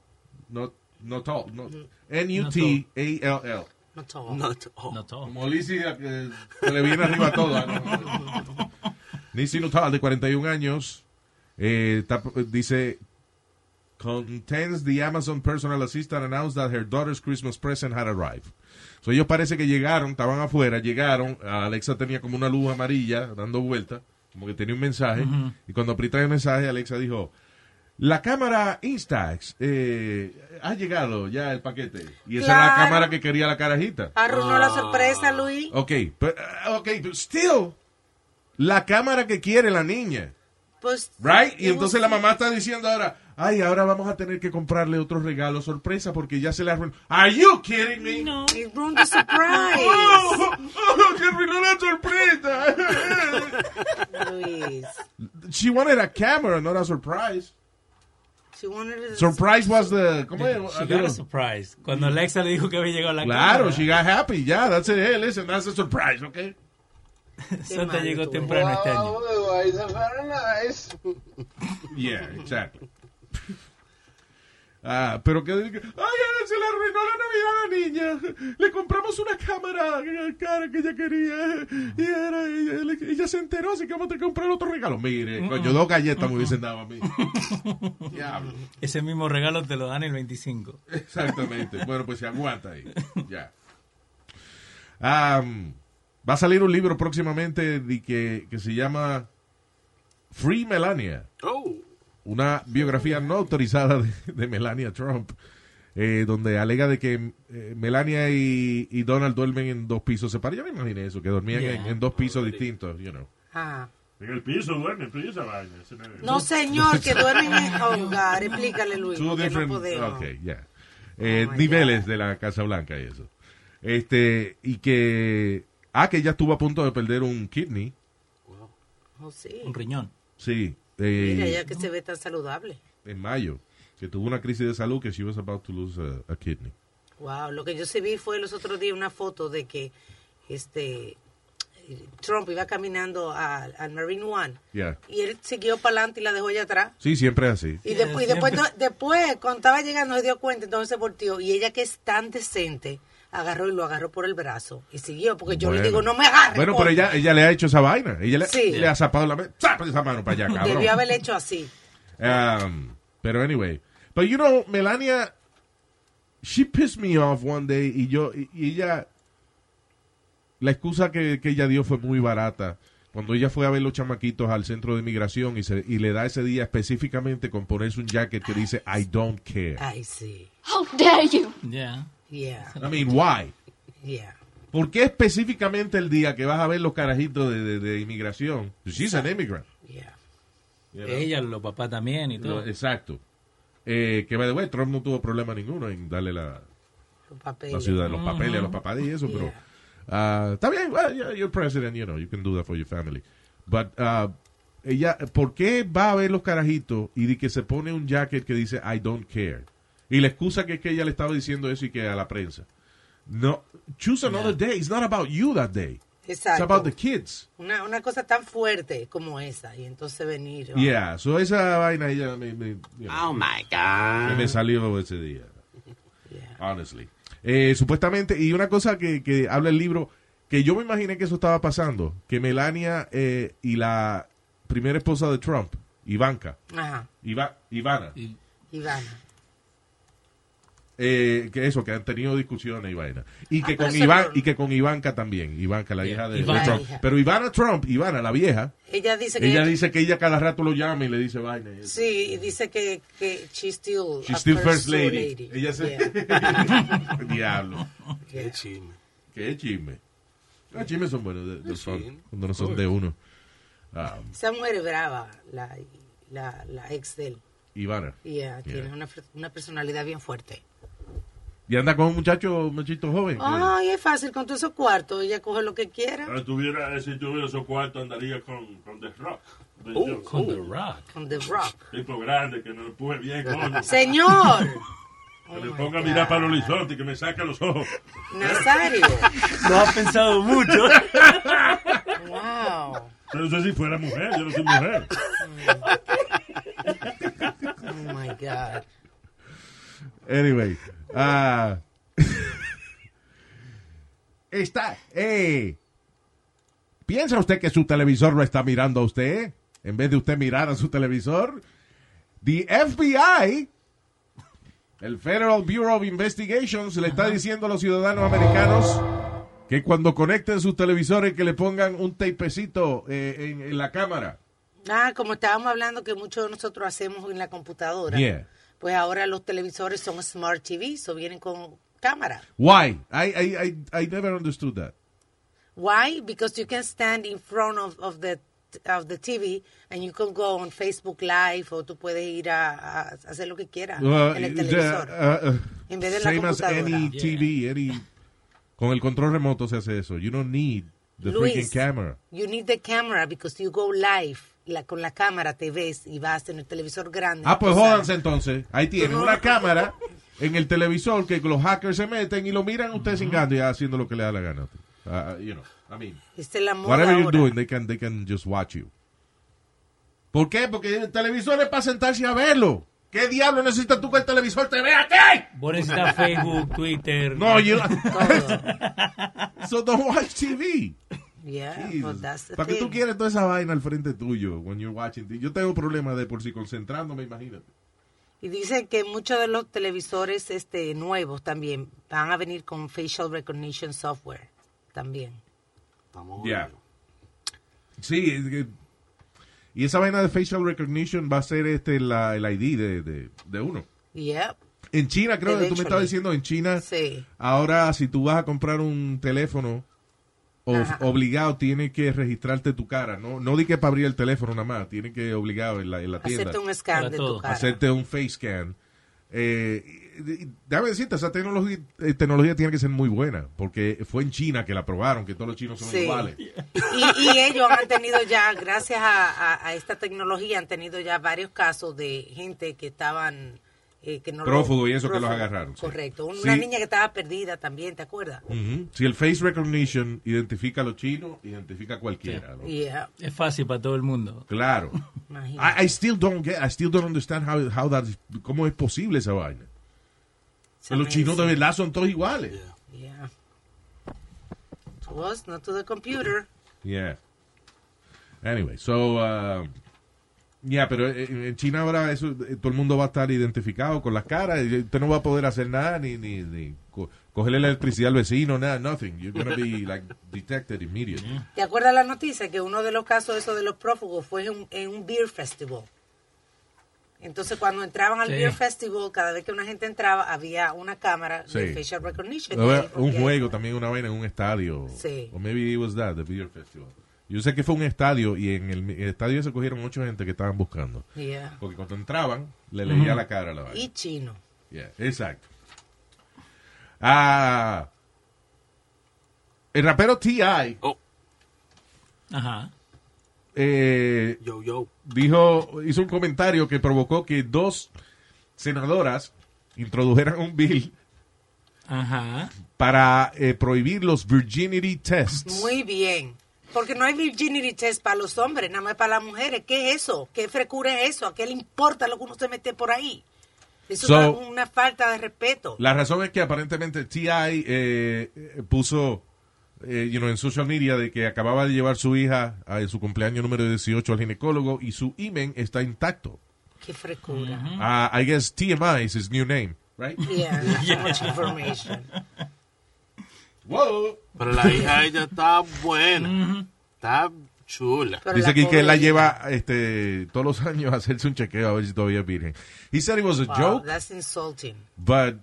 [SPEAKER 2] Not, not all. not- N-U-T-A-L-L.
[SPEAKER 3] No todo.
[SPEAKER 5] Not all.
[SPEAKER 2] Como Lizzie, eh, se le viene arriba todo. ah, no. Lizzie Nuttall, de 41 años, eh, está- dice... Contends the Amazon personal assistant announced that her daughter's Christmas present had arrived. So ellos parece que llegaron, estaban afuera, llegaron. Alexa tenía como una luz amarilla dando vuelta, como que tenía un mensaje.
[SPEAKER 4] Ujú.
[SPEAKER 2] Y cuando apreté el mensaje, Alexa dijo: La cámara Instax eh, ha llegado ya el paquete. Y esa era la
[SPEAKER 3] Claro.
[SPEAKER 2] cámara que quería la carajita.
[SPEAKER 3] Arruinó la
[SPEAKER 2] Ah.
[SPEAKER 3] sorpresa, Luis.
[SPEAKER 2] Ok, pero, ah, ok, pero still, la cámara que quiere la niña,
[SPEAKER 3] Pues,
[SPEAKER 2] right? Y entonces la mamá está diciendo ahora, ay, ahora vamos a tener que comprarle otro regalo sorpresa porque ya se le arruinó. Are you kidding me?
[SPEAKER 3] No. It ruined the surprise.
[SPEAKER 2] Oh, oh, se arruinó la sorpresa.
[SPEAKER 3] Luis.
[SPEAKER 2] She wanted a camera, not a surprise.
[SPEAKER 3] She wanted to-
[SPEAKER 2] Surprise was the, ¿cómo es?
[SPEAKER 4] She got a surprise. Cuando Alexa le dijo que había llegado la
[SPEAKER 2] Mm. Claro,
[SPEAKER 4] cámara.
[SPEAKER 2] she got happy, yeah, that's it, hey, listen, that's a surprise, okay?
[SPEAKER 4] Santa llegó temprano este año.
[SPEAKER 2] Yeah, exactly. Ah, pero que ay, ahora se le arruinó la Navidad a la niña. Le compramos una cámara eh, cara que ella quería y ahora ella, le- ella se enteró así que vamos a tener que comprar otro regalo. Mire, eh, coño, dos galletas me hubiesen dado a mí. Diablo.
[SPEAKER 4] Ese mismo regalo te lo dan el 25.
[SPEAKER 2] Exactamente. Bueno, pues se aguanta ahí. Ya. Am, Ah, mm, va a salir un libro próximamente de que, que se llama Free Melania.
[SPEAKER 5] Oh.
[SPEAKER 2] una biografía no autorizada de, de Melania Trump, eh, donde alega de que eh, Melania y, y Donald duermen en dos pisos separados. Yo me imaginé eso, que dormían
[SPEAKER 3] Yeah.
[SPEAKER 2] en, en dos pisos distintos, you know.
[SPEAKER 3] Ah.
[SPEAKER 10] En el piso duerme, tú y esa vaina.
[SPEAKER 3] No, señor, que duermen en hogar. Explícale, Luis.
[SPEAKER 2] Two
[SPEAKER 3] porque no
[SPEAKER 2] different-
[SPEAKER 3] podemos.
[SPEAKER 2] okay, yeah. Eh, niveles de la Casa Blanca y eso. Este, y que, ah, que ella estuvo a punto de perder un kidney,
[SPEAKER 3] Oh, sí.
[SPEAKER 4] Un riñón.
[SPEAKER 2] sí, eh,
[SPEAKER 3] Mira, ya que se ve tan saludable.
[SPEAKER 2] en mayo, que tuvo una crisis de salud que she was about to lose a- a kidney.
[SPEAKER 3] Wow, lo que yo sí vi fue los otros días una foto de que este Trump iba caminando a- al Marine One
[SPEAKER 2] Yeah.
[SPEAKER 3] y él siguió para adelante y la dejó allá atrás.
[SPEAKER 2] Sí, siempre es así.
[SPEAKER 3] Y, después, y después, to- después, cuando estaba llegando, se dio cuenta, entonces se volteó. Y ella, que es tan decente, agarró y lo agarró por el brazo y siguió. Porque pues yo
[SPEAKER 2] Bueno.
[SPEAKER 3] le digo, no me agarres.
[SPEAKER 2] Bueno,
[SPEAKER 3] coño".
[SPEAKER 2] pero ella, ella le ha hecho esa vaina. Ella le,
[SPEAKER 3] Sí.
[SPEAKER 2] le ha zapado la mano. esa mano para allá, cabrón.
[SPEAKER 3] Debió haber hecho así.
[SPEAKER 2] Um, pero anyway. But you know, Melania, she pissed me off one day y yo, y, y ella, la excusa que, que ella dio fue muy barata. Cuando ella fue a ver los chamaquitos al centro de inmigración y, se, y le da ese día específicamente con ponerse un jacket que dice, I don't care.
[SPEAKER 3] Ay, sí.
[SPEAKER 12] How dare you?
[SPEAKER 4] Yeah.
[SPEAKER 3] Yeah.
[SPEAKER 2] I mean, why?
[SPEAKER 3] Yeah.
[SPEAKER 2] ¿Por qué específicamente el día que vas a ver los carajitos de, de- de inmigración? She's an immigrant. You know?
[SPEAKER 4] Ella, los papás también y todo.
[SPEAKER 2] Lo- exacto. Eh, que, by the way, Trump no tuvo problema ninguno en darle la,
[SPEAKER 3] Los
[SPEAKER 2] la
[SPEAKER 3] papeles.
[SPEAKER 2] ciudad, los papeles a los papás y eso, pero ah, está bien, well, yeah, you're president, you know, you can do that for your family. But, ah, ella, ¿por qué va a ver los carajitos y di que se pone un jacket que dice I don't care? Y la excusa que es que ella le estaba diciendo eso y que a la prensa. No, choose another day. It's not about you that day. It's
[SPEAKER 3] Exacto.
[SPEAKER 2] about the kids.
[SPEAKER 3] Una, una cosa tan fuerte como esa. Y entonces venir. oh,
[SPEAKER 2] Yeah, so esa vaina ella me, me, you know,
[SPEAKER 3] Oh my
[SPEAKER 2] que
[SPEAKER 3] God.
[SPEAKER 2] me salió ese día. Honestly. Eh, supuestamente, y una cosa que, que habla el libro, que yo me imaginé que eso estaba pasando, que Melania eh, y la primera esposa de Trump, Ivanka,
[SPEAKER 3] Ajá.
[SPEAKER 2] Iva- Ivana,
[SPEAKER 3] Ivana.
[SPEAKER 2] eh, que eso, que han tenido discusiones y vaina. Y
[SPEAKER 3] Ah,
[SPEAKER 2] que,
[SPEAKER 3] pero
[SPEAKER 2] con
[SPEAKER 3] eso
[SPEAKER 2] Iván,
[SPEAKER 3] no-
[SPEAKER 2] y que con Ivanka también, Ivanka, la hija de, de
[SPEAKER 3] Ivana.
[SPEAKER 2] Trump.
[SPEAKER 3] La hija.
[SPEAKER 2] Pero Ivana Trump, Ivana, la vieja,
[SPEAKER 3] Ella dice que.
[SPEAKER 2] ella dice que ella cada rato lo llama y le dice vaina. y eso.
[SPEAKER 3] Sí, y dice que, que she's still.
[SPEAKER 2] She's
[SPEAKER 3] a
[SPEAKER 2] still first
[SPEAKER 3] lady.
[SPEAKER 2] lady. Ella se... Diablo.
[SPEAKER 3] Qué
[SPEAKER 5] chisme.
[SPEAKER 2] Qué chisme. Los chismes son buenos, de, de son,
[SPEAKER 3] Sí.
[SPEAKER 2] cuando no son de uno. Ah,
[SPEAKER 3] Esa mujer es brava, la, la, la ex de él.
[SPEAKER 2] Ivana.
[SPEAKER 3] Yeah,
[SPEAKER 2] Yeah.
[SPEAKER 3] Tiene una, fr- una personalidad bien fuerte.
[SPEAKER 2] Y anda con un muchacho, un muchachito joven.
[SPEAKER 3] Ay, es fácil, con todos esos cuartos, ella coge lo que quiera.
[SPEAKER 10] Si tuviera, eh, si tuviera esos cuartos, andaría con, con The Rock.
[SPEAKER 3] Oh, con The
[SPEAKER 10] Rock.
[SPEAKER 3] Con The Rock.
[SPEAKER 10] Tipo grande, que no lo empuje bien, coño.
[SPEAKER 3] Señor.
[SPEAKER 10] Que me ponga a mirar para el horizonte, que me saque los ojos.
[SPEAKER 3] Nazario.
[SPEAKER 10] No ha pensado mucho.
[SPEAKER 3] Wow.
[SPEAKER 10] Pero no sé si fuera mujer, yo no soy mujer.
[SPEAKER 3] Oh my God.
[SPEAKER 2] Anyway. ah, está. eh, ¿Piensa usted que su televisor lo está mirando a usted? En vez de usted mirar a su televisor. The FBI, el Federal Bureau of Investigations, le está diciendo a los ciudadanos americanos que cuando conecten sus televisores que le pongan un tapecito eh, en, en la cámara.
[SPEAKER 3] Ah, como estábamos hablando que muchos de nosotros hacemos en la computadora.
[SPEAKER 2] Yeah.
[SPEAKER 3] Pues ahora los televisores son Smart TV, o vienen con cámara.
[SPEAKER 2] Why? I, I, I, I never understood that.
[SPEAKER 3] Why? Because you can stand in front of, of the of the TV and you can go on Facebook Live o tú puedes ir a, a hacer lo que quieras
[SPEAKER 2] Uh,
[SPEAKER 3] Ah, en el
[SPEAKER 2] the-
[SPEAKER 3] televisor.
[SPEAKER 2] uh, uh,
[SPEAKER 3] en vez de la
[SPEAKER 2] same as
[SPEAKER 3] computadora.
[SPEAKER 2] any TV, any- con el control remoto se hace eso. You don't need the freaking
[SPEAKER 3] Luis,
[SPEAKER 2] camera.
[SPEAKER 3] You need the camera because you go live. La, con la cámara te ves y vas en el televisor grande.
[SPEAKER 2] Ah, pues
[SPEAKER 3] Tú sabes.
[SPEAKER 2] jódanse entonces. Ahí tienen una cámara en el televisor que los hackers se meten y lo miran ustedes sin ganas y haciendo lo que le da la gana. Ah, ah, you know, I mean,
[SPEAKER 3] Esta es la moda
[SPEAKER 2] whatever you're
[SPEAKER 3] ahora.
[SPEAKER 2] doing, they can, they can just watch you. ¿Por qué? Porque el televisor es para sentarse a verlo. ¿Qué diablo necesitas tú que el televisor te vea? ¿Qué?
[SPEAKER 4] Vos necesitas Facebook, Twitter.
[SPEAKER 2] No, you... so don't watch TV.
[SPEAKER 3] Yeah,
[SPEAKER 2] Jesus.
[SPEAKER 3] but that's the
[SPEAKER 2] ¿Para qué tú
[SPEAKER 3] thing.
[SPEAKER 2] quieres toda esa vaina al frente tuyo when you're watching? TV? Yo tengo problemas de por sí concentrándome, imagínate.
[SPEAKER 3] Y dice que muchos de los televisores este nuevos también van a venir con facial recognition software también.
[SPEAKER 2] Yeah. Sí, es que- y esa vaina de facial recognition va a ser este la, el ID de, de, de uno.
[SPEAKER 3] Yep.
[SPEAKER 2] En China, creo que tú me estabas
[SPEAKER 3] Eventually.
[SPEAKER 2] diciendo, en China,
[SPEAKER 3] Sí.
[SPEAKER 2] ahora si tú vas a comprar un teléfono, o-
[SPEAKER 3] Ajá.
[SPEAKER 2] obligado tiene que registrarte tu cara. No, no di que para abrir el teléfono nada más, tiene que obligado en la, en la tienda.
[SPEAKER 3] Hacerte un scan Para de tu todo. cara.
[SPEAKER 2] Hacerte un face scan. Eh, y- y- déjame decirte, esa tecnología, eh, tecnología tiene que ser muy buena, porque fue en China que la probaron, que todos los chinos son
[SPEAKER 3] Sí.
[SPEAKER 2] iguales.
[SPEAKER 3] Y, y ellos han tenido ya, gracias a, a- a esta tecnología, han tenido ya varios casos de gente que estaban eh, que no
[SPEAKER 2] Prófugo y eso que los agarraron, sí.
[SPEAKER 3] Correcto. Un- Una
[SPEAKER 2] Sí.
[SPEAKER 3] niña que estaba perdida también, ¿te acuerdas?
[SPEAKER 2] Ujú. Si el face recognition identifica a los chinos, identifica a cualquiera. ¿no?
[SPEAKER 3] Yeah.
[SPEAKER 4] Es fácil para todo el mundo.
[SPEAKER 2] Claro.
[SPEAKER 10] Ah,
[SPEAKER 2] I, I still don't get, I still don't understand how, how that, cómo es posible esa vaina. los chinos de verdad son todos iguales.
[SPEAKER 3] Yeah. To us, not to the computer.
[SPEAKER 2] Yeah. Anyway, so, uh, yeah, pero en en China ahora eso, eh, todo el mundo va a estar identificado con las caras. y eh, Usted no va a poder hacer nada, ni, ni, ni co- cogerle la electricidad al vecino, nada, nothing. You're gonna be, like, detected immediately.
[SPEAKER 3] ¿Te acuerdas la noticia que uno de los casos esos de los prófugos fue en, en un beer festival? Entonces cuando entraban al
[SPEAKER 2] Sí.
[SPEAKER 3] beer festival, cada vez que una gente entraba había una cámara de
[SPEAKER 2] Sí.
[SPEAKER 3] facial recognition.
[SPEAKER 2] Ahora,
[SPEAKER 3] Y-
[SPEAKER 2] un juego también, una vaina en un estadio.
[SPEAKER 3] Sí.
[SPEAKER 2] O maybe it was that, the beer festival. Yo sé que fue un estadio y en el, el estadio se cogieron ocho gente que estaban buscando.
[SPEAKER 3] Yeah.
[SPEAKER 2] Porque cuando entraban, le leía
[SPEAKER 3] Ujú.
[SPEAKER 2] la cara a la vaina.
[SPEAKER 3] Y chino.
[SPEAKER 2] Yeah, exacto. Ah, el rapero T.I.
[SPEAKER 4] Oh. Ajá.
[SPEAKER 2] eh, dijo, hizo un comentario que provocó que dos senadoras introdujeran un bill
[SPEAKER 4] Ajá.
[SPEAKER 2] para eh, prohibir los virginity tests.
[SPEAKER 3] Muy bien. Porque no hay virginity test para los hombres, nada más para las mujeres. ¿Qué es eso? ¿Qué frecura es eso? ¿A qué le importa lo que uno se mete por ahí? Eso
[SPEAKER 2] So-
[SPEAKER 3] es una, una falta de respeto.
[SPEAKER 2] La razón es que aparentemente T.I. eh, eh, puso eh, you know, en social media de que acababa de llevar su hija a en su cumpleaños número 18 al ginecólogo y su imen está intacto.
[SPEAKER 3] ¿Qué frecura?
[SPEAKER 2] Ah, I guess TMI is his new name. Right?
[SPEAKER 3] Yeah, that's too much information.
[SPEAKER 2] Wow.
[SPEAKER 5] Pero la hija ella está buena. Está chula.
[SPEAKER 2] Dice aquí que él la lleva este, todos los años a hacerse un chequeo a ver si todavía es virgen. He said it was a
[SPEAKER 3] Wow,
[SPEAKER 2] joke,
[SPEAKER 3] That's insulting.
[SPEAKER 2] but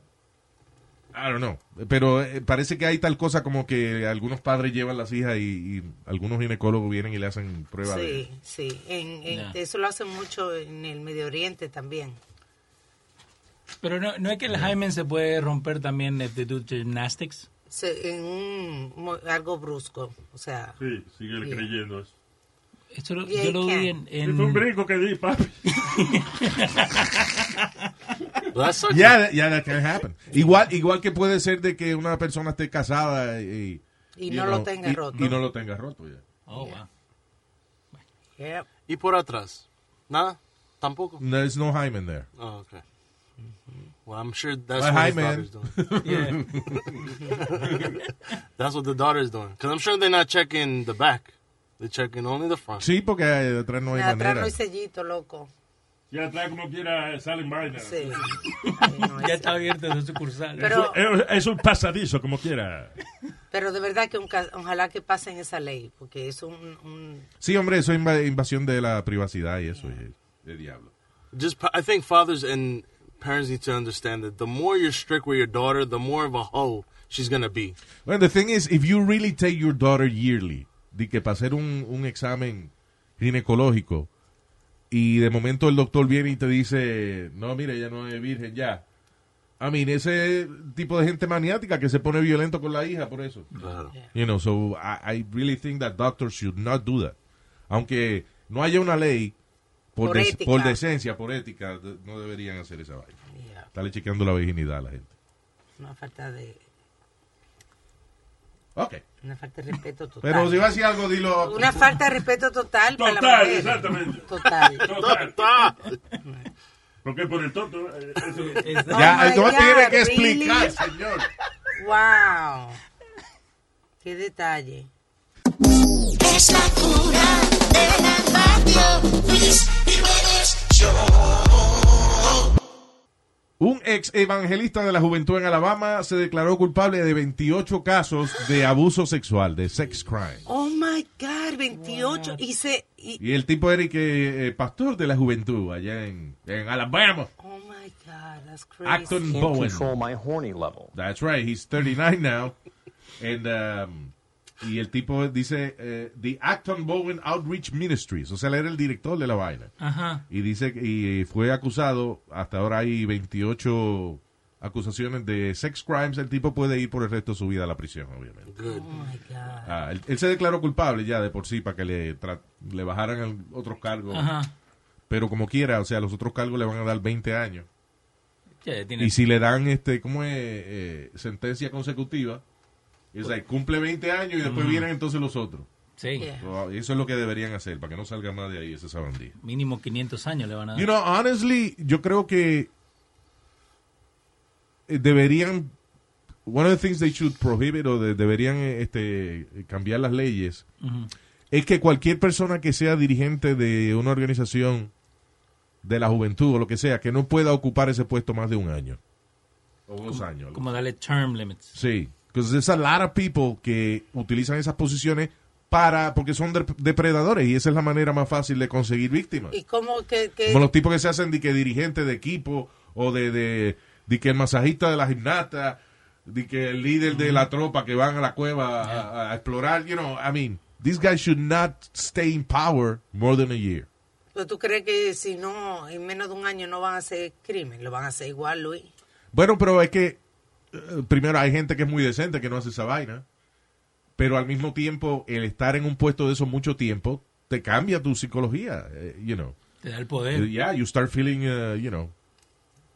[SPEAKER 2] I don't know. Pero eh, parece que hay tal cosa como que algunos padres llevan las hijas y, y algunos ginecólogos vienen y le hacen pruebas.
[SPEAKER 3] Sí, sí. En, en-
[SPEAKER 4] Yeah.
[SPEAKER 3] Eso lo hacen mucho en el Medio Oriente también.
[SPEAKER 4] Pero no, no es que el Jaime se puede romper también este do gymnastics.
[SPEAKER 3] Se- en un, mo- algo brusco. O sea.
[SPEAKER 10] Sí, sigue
[SPEAKER 3] Yeah.
[SPEAKER 10] creyendo eso.
[SPEAKER 4] Esto lo-
[SPEAKER 3] Yeah,
[SPEAKER 4] yo lo
[SPEAKER 3] you
[SPEAKER 4] vi en,
[SPEAKER 3] can.
[SPEAKER 4] en-
[SPEAKER 10] Fue un brinco que di, papi.
[SPEAKER 2] Ya, yeah, that- yeah, that can happen. Igual, igual que puede ser de que una persona esté casada y,
[SPEAKER 3] Y
[SPEAKER 2] you
[SPEAKER 3] no lo tenga
[SPEAKER 2] y-
[SPEAKER 3] roto.
[SPEAKER 2] Y no lo tenga roto. ya.
[SPEAKER 4] Oh, wow.
[SPEAKER 3] Yep.
[SPEAKER 5] ¿Y por atrás? ¿Nada? ¿Tampoco?
[SPEAKER 2] There's no hymen there.
[SPEAKER 5] Oh, okay. Mm-hmm. Well, I'm sure that's
[SPEAKER 2] Well,
[SPEAKER 5] what
[SPEAKER 2] hi,
[SPEAKER 5] his
[SPEAKER 2] man.
[SPEAKER 5] daughter's doing. that's what the daughter's doing. Because I'm sure they're not checking the back. They're checking only the front.
[SPEAKER 2] Sí, porque eh, detrás no hay
[SPEAKER 3] Atrás
[SPEAKER 2] manera.
[SPEAKER 3] no hay sellito, loco.
[SPEAKER 10] Y atrás, como quiera, eh, salen vainas.
[SPEAKER 3] Sí. Eh,
[SPEAKER 4] ya está abierto su sucursal.
[SPEAKER 3] Pero-
[SPEAKER 2] eh,
[SPEAKER 10] Es, es un pasadizo, como quiera.
[SPEAKER 3] Pero de verdad que un ca- ojalá que pasen esa ley, porque es un... un-
[SPEAKER 2] Sí, hombre, eso es inv- invasión de la privacidad y eso. y- De diablo.
[SPEAKER 5] Just, pa- I think fathers and parents need to understand that the more you're strict with your daughter, the more of a hoe she's going to be.
[SPEAKER 2] Bueno, the thing is, if you really take your daughter yearly, de que para hacer un, un examen ginecológico, y de momento el doctor viene y te dice, no, mire, ella no es virgen ya. I mean, ese tipo de gente maniática que se pone violento con la hija por eso. You know, so I, I really think that doctors should not do that. Aunque no haya una ley, por,
[SPEAKER 10] Por
[SPEAKER 2] des-
[SPEAKER 10] ética.
[SPEAKER 2] por decencia, por ética, de- no deberían hacer esa vaina. Estarle chequeando la virginidad a la gente.
[SPEAKER 3] una falta de...
[SPEAKER 2] Ok.
[SPEAKER 3] Una falta de respeto total.
[SPEAKER 2] Pero si va a decir algo, dilo.
[SPEAKER 3] Una falta de respeto total, para la
[SPEAKER 10] Total,
[SPEAKER 3] mujer.
[SPEAKER 10] exactamente.
[SPEAKER 3] Total.
[SPEAKER 5] Ah.
[SPEAKER 10] Total. Porque por el tonto. eh, eso-
[SPEAKER 2] Ya,
[SPEAKER 3] Oh my
[SPEAKER 2] no tiene que
[SPEAKER 3] really?
[SPEAKER 2] explicar, señor.
[SPEAKER 3] Wow. Qué detalle.
[SPEAKER 11] Es la cura de la radio. Luis Jiménez Show.
[SPEAKER 2] Un ex evangelista de la juventud en Alabama se declaró culpable de 28 casos de abuso sexual, de sex crime.
[SPEAKER 3] Oh, my God, 28. Y se... y-
[SPEAKER 2] Y el tipo era y que eh, pastor de la juventud allá en, en Alabama.
[SPEAKER 3] oh, my God, that's crazy.
[SPEAKER 2] Acton Bowen.
[SPEAKER 12] my horny level.
[SPEAKER 2] That's right, he's 39 now. And, um, y el tipo dice, eh, The Acton Bowen Outreach Ministries. O sea, él era el director de la vaina.
[SPEAKER 4] Ajá.
[SPEAKER 2] Y dice que y fue acusado, hasta ahora hay 28 acusaciones de sex crimes. El tipo puede ir por el resto de su vida a la prisión, obviamente.
[SPEAKER 5] Good.
[SPEAKER 3] Oh
[SPEAKER 2] Ah, él, él se declaró culpable ya de por sí para que le, tra- le bajaran el- otros cargos.
[SPEAKER 4] Ajá.
[SPEAKER 2] Pero como quiera, o sea, los otros cargos le van a dar 20 años.
[SPEAKER 4] Yeah, tiene-
[SPEAKER 2] Y si le dan, este, ¿cómo es? Eh, sentencia consecutiva. Es like, cumple 20 años y después
[SPEAKER 4] Mm.
[SPEAKER 2] vienen entonces los otros.
[SPEAKER 4] Sí.
[SPEAKER 2] So, uh, eso es lo que deberían hacer, para que no salga más de ahí esa sabandía.
[SPEAKER 4] Mínimo 500 años le van a dar.
[SPEAKER 2] You know, honestly, yo creo que eh, deberían one of the things they should prohibit o de- deberían eh, este cambiar las leyes
[SPEAKER 4] Ujú.
[SPEAKER 2] es que cualquier persona que sea dirigente de una organización de la juventud o lo que sea que no pueda ocupar ese puesto más de un año. O dos años.
[SPEAKER 4] Como darle term limits.
[SPEAKER 2] Sí, because there's a lot of people que utilizan esas posiciones para porque son dep- depredadores y esa es la manera más fácil de conseguir víctimas.
[SPEAKER 3] Y como que, que-
[SPEAKER 2] Como los tipos que se hacen de que dirigente de equipo o de, de, de que el masajista de la gimnasta, de que el líder de la tropa que van a la cueva a, a explorar, you know, I mean, these guys should not stay in power more than a year.
[SPEAKER 3] pero pues, tú crees que si no, en menos de un año no van a hacer crimen, lo van a hacer igual, Luis.
[SPEAKER 2] Bueno, pero es que eh, primero hay gente que es muy decente que no hace esa vaina, pero al mismo tiempo el estar en un puesto de eso mucho tiempo te cambia tu psicología, eh, you know.
[SPEAKER 4] Te da el poder.
[SPEAKER 2] Yeah, you start feeling, uh, you know,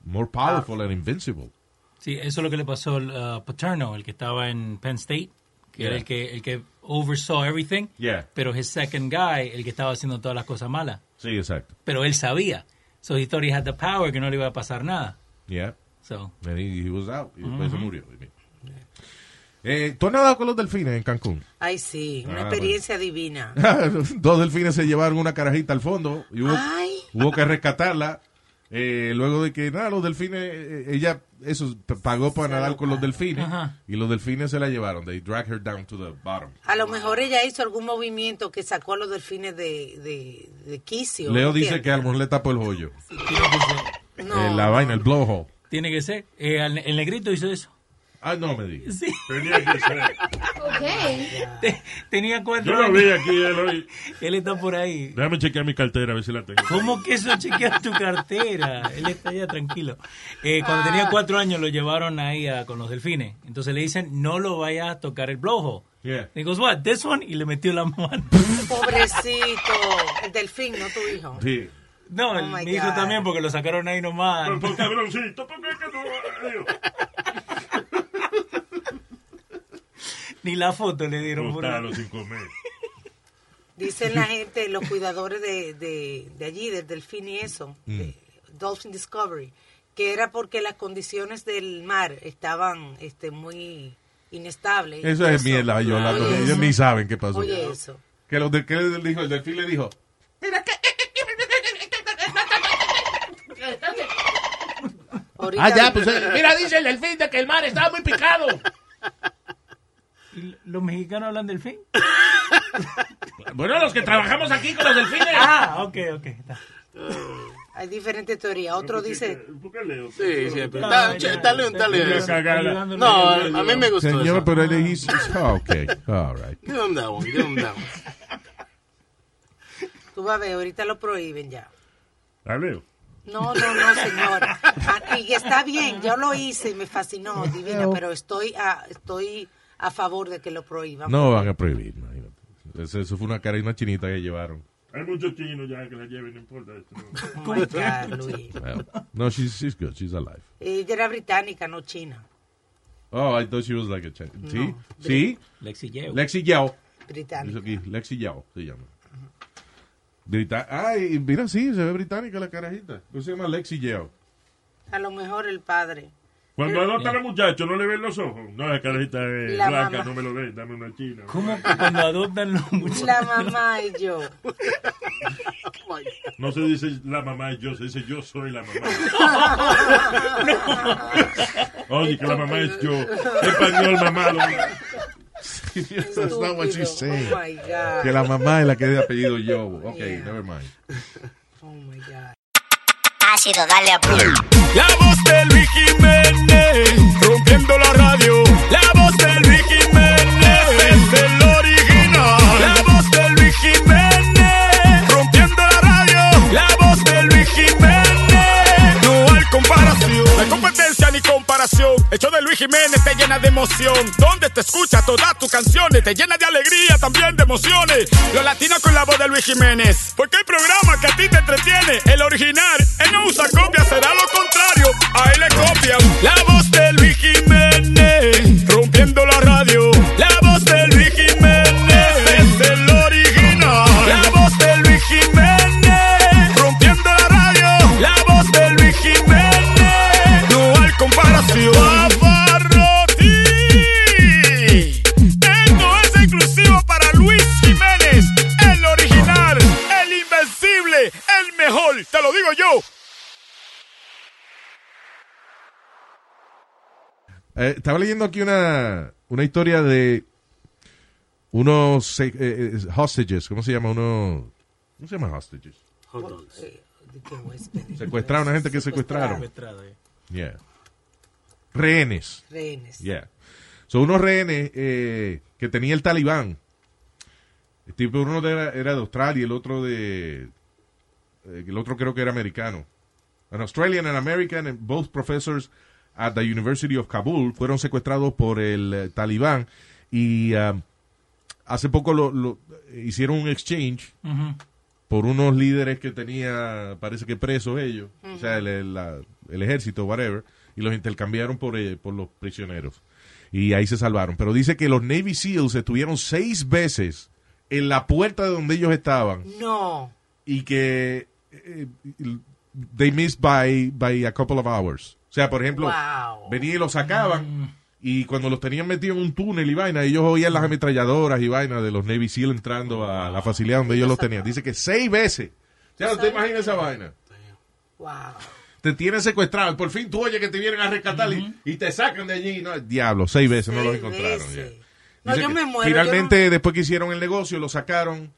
[SPEAKER 2] more
[SPEAKER 4] Ah.
[SPEAKER 2] powerful and invincible.
[SPEAKER 4] Sí, eso es lo que le pasó al uh, Paterno, el que estaba en Penn State, que era
[SPEAKER 2] Yeah.
[SPEAKER 4] el que, el que oversaw everything,
[SPEAKER 2] Yeah.
[SPEAKER 4] pero his second guy, el que estaba haciendo todas las cosas malas.
[SPEAKER 2] Sí, exacto.
[SPEAKER 4] Pero él sabía. So he thought he had the power, que no le iba a pasar nada.
[SPEAKER 2] Yeah.
[SPEAKER 4] So. Mm-hmm.
[SPEAKER 2] And he, he was out. Y después se
[SPEAKER 4] Ujú.
[SPEAKER 2] murió. Eh, ¿Tú has nadado con los delfines en Cancún?
[SPEAKER 3] Ay, sí, una
[SPEAKER 2] Ah,
[SPEAKER 3] experiencia divina.
[SPEAKER 2] Dos delfines se llevaron una carajita al fondo y hubo,
[SPEAKER 3] Ay.
[SPEAKER 2] hubo que rescatarla. Eh, luego de que, nada, los delfines, eh, ella, eso, p- pagó para nadar con los delfines
[SPEAKER 3] Ajá.
[SPEAKER 2] y los delfines se la llevaron. They dragged her down to the bottom.
[SPEAKER 3] A lo mejor ella hizo algún movimiento que sacó a los delfines de, de, de quicio.
[SPEAKER 2] Leo dice
[SPEAKER 3] ¿entiendes?
[SPEAKER 2] que a lo mejor le tapó el hoyo.
[SPEAKER 3] No.
[SPEAKER 2] Eh, la vaina, el blowhole.
[SPEAKER 4] Tiene que ser. Eh, al- el negrito hizo eso.
[SPEAKER 2] Ah, no me digas.
[SPEAKER 4] Sí.
[SPEAKER 10] Tenía que ser.
[SPEAKER 4] Te- Tenía cuatro
[SPEAKER 10] Yo lo
[SPEAKER 4] años.
[SPEAKER 10] vi aquí, él hoy.
[SPEAKER 4] Él está por ahí.
[SPEAKER 10] Déjame chequear mi cartera, a ver si la tengo.
[SPEAKER 4] ¿Cómo que eso chequea tu cartera? Él está ya tranquilo. Eh, cuando
[SPEAKER 10] Ah.
[SPEAKER 4] tenía cuatro años lo llevaron ahí a- con los delfines. Entonces le dicen, no lo vayas a tocar el blojo.
[SPEAKER 2] Yeah.
[SPEAKER 4] He goes, what, this one? Y le metió la mano.
[SPEAKER 3] Pobrecito. El delfín, no tu hijo.
[SPEAKER 2] Sí.
[SPEAKER 4] No,
[SPEAKER 3] Oh,
[SPEAKER 4] el-
[SPEAKER 3] my
[SPEAKER 4] mi hijo
[SPEAKER 3] God.
[SPEAKER 4] también porque lo sacaron ahí nomás.
[SPEAKER 10] Pero, cabroncito, ¿por qué que no? Digo,
[SPEAKER 4] Ni la foto le dieron. por ahí.
[SPEAKER 10] Costalo sin comer.
[SPEAKER 3] Dicen la gente, los cuidadores de, de, de allí, del delfín y eso,
[SPEAKER 2] Mm.
[SPEAKER 3] Dolphin Discovery, que era porque las condiciones del mar estaban este, muy inestables.
[SPEAKER 2] Eso es mierda, yo la-
[SPEAKER 3] Oye,
[SPEAKER 2] Ellos
[SPEAKER 3] eso.
[SPEAKER 2] ni saben qué pasó.
[SPEAKER 3] Oye, eso.
[SPEAKER 2] Que los de, ¿qué le dijo? El delfín le dijo,
[SPEAKER 3] Ahorita-
[SPEAKER 12] Ah, ya, pues. eh, Mira, dice el delfín de que el mar estaba muy picado.
[SPEAKER 4] ¿Y ¿Los mexicanos hablan delfín?
[SPEAKER 12] Bueno, los que trabajamos aquí con los delfines.
[SPEAKER 4] Ah, ok, ok. está.
[SPEAKER 3] Hay diferentes teorías. Otro dice...
[SPEAKER 5] Sí, siempre. Da- che, Dale, un- dale.
[SPEAKER 10] Ayuda a cagarla.
[SPEAKER 5] No, a a mí me gustó
[SPEAKER 2] señor,
[SPEAKER 5] eso.
[SPEAKER 2] pero él le hizo. Ah, ok, all right.
[SPEAKER 5] Give him that one, give him that one.
[SPEAKER 3] Tú vas a ver, ahorita lo prohíben ya.
[SPEAKER 10] Dale.
[SPEAKER 3] No, no, no, señor. Ah, Y está bien, yo lo hice, me fascinó, divina, pero estoy a, estoy a favor de que lo prohíban.
[SPEAKER 2] No van a prohibir, imagínate. Eso, eso fue una cara y una chinita que llevaron.
[SPEAKER 10] Hay muchos chinos ya que la lleven, no importa esto.
[SPEAKER 3] Oh my God, Luis.
[SPEAKER 2] Well, no, she's, she's good, she's alive.
[SPEAKER 3] Ella Eh, era británica, no china.
[SPEAKER 2] Oh, I thought she was like a chin. ¿Sí? ¿Sí?
[SPEAKER 4] Lexi Yeo.
[SPEAKER 2] Lexi Yao.
[SPEAKER 3] Británica.
[SPEAKER 2] Eso aquí, Lexi Yao se llama. Brita Ay, mira, sí, se ve británica la carajita. ¿Cómo se llama Lexi Yao?
[SPEAKER 3] A lo mejor el padre.
[SPEAKER 10] Cuando adoptan al muchacho, ¿no le ven los ojos? No, la carajita es
[SPEAKER 3] La
[SPEAKER 10] blanca,
[SPEAKER 3] mamá.
[SPEAKER 10] no me lo ven, dame una china.
[SPEAKER 4] ¿Cómo que cuando adoptan los muchachos?
[SPEAKER 3] La mamá y yo.
[SPEAKER 10] No se dice la mamá es yo, se dice yo soy la mamá. Oye, que la mamá es yo. Español mamado.
[SPEAKER 2] That's not what you
[SPEAKER 3] Estúpido.
[SPEAKER 2] say.
[SPEAKER 3] Oh my God.
[SPEAKER 2] Que la mamá es la que es de apellido Yo. Ok, never mind.
[SPEAKER 13] Ha sido darle a play.
[SPEAKER 11] La voz de Luis Jiménez, rompiendo la radio. La voz de Luis Jiménez, es el original. La voz de Luis Jiménez, rompiendo la radio. La voz de Luis Jiménez, no hay comparación. No hay competencia ni comparación.
[SPEAKER 14] comparación. El show de Luis Jiménez te llena de emoción. Donde te escucha todas tus canciones, te llena de alegría, también de emociones. Los latinos con la voz de Luis Jiménez. Porque el programa que a ti te entretiene, el original, él no usa copia, será lo contrario. A él le copian. La voz de Luis Jiménez, rompiendo la radio. La voz de Luis Jiménez, es el original. La voz de Luis Jiménez, rompiendo la radio. La voz de Luis Jiménez, no hay comparación. Pavarotti. Esto es exclusivo para Luis Jiménez, el original, el invencible, el mejor, te lo digo yo.
[SPEAKER 2] Eh, estaba leyendo aquí una, una historia de unos se- eh, eh, hostages, ¿cómo se llama? Uno, ¿Cómo se llama hostages? Secuestraron a gente que secuestraron.
[SPEAKER 4] Secuestrado, eh.
[SPEAKER 2] Yeah. Rehenes.
[SPEAKER 3] Rehenes.
[SPEAKER 2] Yeah. Son unos rehenes eh, que tenía el talibán. El tipo uno era, era de Australia, el otro de... eh, El otro creo que era americano. An Australian and American, and both professors at the University of Kabul, fueron secuestrados por el eh, talibán. Y um, hace poco lo, lo- hicieron un exchange
[SPEAKER 4] Ujú.
[SPEAKER 2] por unos líderes que tenía, parece que presos ellos, o sea, el, el- la- el ejército, whatever, y los intercambiaron por, eh, por los prisioneros. Y ahí se salvaron. Pero dice que los Navy SEALs estuvieron seis veces en la puerta de donde ellos estaban
[SPEAKER 3] No.
[SPEAKER 2] y que eh, they missed by, by a couple of hours. O sea, por ejemplo,
[SPEAKER 3] Wow.
[SPEAKER 2] venían y los sacaban y cuando los tenían metidos en un túnel y vaina, ellos oían las ametralladoras y vaina de los Navy SEAL entrando a la facilidad donde ellos los tenían. Dice que seis veces. O sea, usted imagina esa vaina.
[SPEAKER 3] Wow.
[SPEAKER 2] Te tienen secuestrado. Por fin tú oyes que te vienen a rescatar y- y, te sacan de allí. No, diablo, seis veces no los encontraron. ya.
[SPEAKER 3] No,
[SPEAKER 2] Dice
[SPEAKER 3] yo
[SPEAKER 2] que
[SPEAKER 3] me muero,
[SPEAKER 2] Finalmente, después que hicieron el negocio, lo sacaron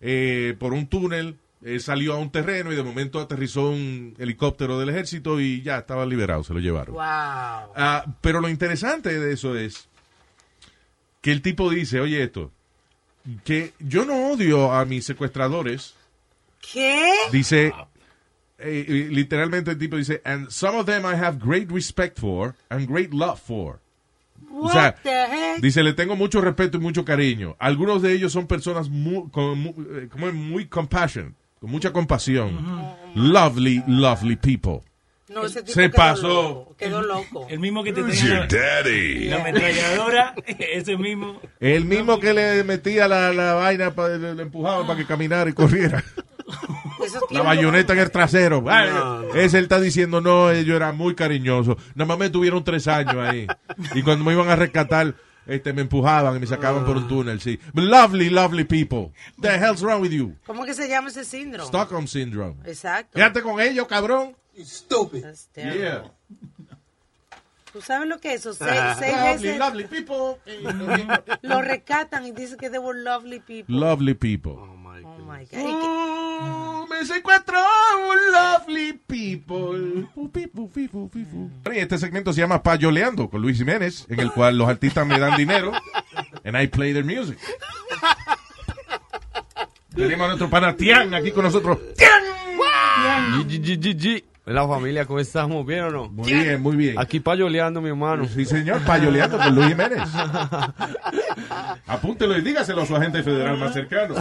[SPEAKER 2] eh, por un túnel, eh, salió a un terreno y de momento aterrizó un helicóptero del ejército y ya estaba liberado, se lo llevaron.
[SPEAKER 3] Wow.
[SPEAKER 2] Ah, pero lo interesante de eso es que el tipo dice, oye esto, que yo no odio a mis secuestradores,
[SPEAKER 3] ¿Qué?
[SPEAKER 2] Dice, eh, eh, literalmente el tipo dice, and some of them I have great respect for and great love for.
[SPEAKER 3] What the heck?
[SPEAKER 2] dice, le tengo mucho respeto y mucho cariño. Algunos de ellos son personas muy, con, mu- eh, como es, muy compassion, con mucha compasión. Lovely, lovely people.
[SPEAKER 3] No, ese tipo
[SPEAKER 2] Se
[SPEAKER 3] quedó
[SPEAKER 2] pasó.
[SPEAKER 3] loco, Quedó loco.
[SPEAKER 4] El mismo que te
[SPEAKER 2] Who's
[SPEAKER 4] tenía
[SPEAKER 2] your daddy?
[SPEAKER 4] la ametralladora, ese mismo.
[SPEAKER 2] El mismo que le metía la, la vaina, pa- le, le empujaba para que
[SPEAKER 3] Ah.
[SPEAKER 2] caminara y corriera. La bayoneta en el trasero. Ay, Ese él está diciendo, no, ellos eran muy cariñosos. Nada más me tuvieron tres años ahí. Y cuando me iban a rescatar, este, me empujaban y me sacaban por un
[SPEAKER 3] Ah.
[SPEAKER 2] túnel, sí. Lovely, lovely people. The hell's wrong with you?
[SPEAKER 3] ¿Cómo que se llama ese síndrome?
[SPEAKER 2] Stockholm Syndrome.
[SPEAKER 3] Exacto.
[SPEAKER 2] Quédate con ellos, cabrón.
[SPEAKER 3] Stupid.
[SPEAKER 2] Yeah.
[SPEAKER 3] Oh ¿Tú sabes lo que es eso? Seis,
[SPEAKER 2] Ah.
[SPEAKER 3] seis
[SPEAKER 2] Lovely,
[SPEAKER 3] veces.
[SPEAKER 2] lovely people.
[SPEAKER 3] Lo rescatan y dicen que they were lovely people.
[SPEAKER 2] Lovely people.
[SPEAKER 3] Oh my God.
[SPEAKER 2] Oh, me secuestró un lovely people. Y Este segmento se llama Payoleando con Luis Jiménez, en el cual los artistas me dan dinero and I play their music. Tenemos a nuestro pana Tian aquí con nosotros.
[SPEAKER 15] GGGG. La familia, ¿cómo estamos? ¿Bien o no?
[SPEAKER 2] Muy bien, muy bien.
[SPEAKER 15] Aquí payoleando, mi hermano.
[SPEAKER 2] Sí, señor, payoleando con Luis Jiménez. Apúntelo y dígaselo a su agente federal más cercano.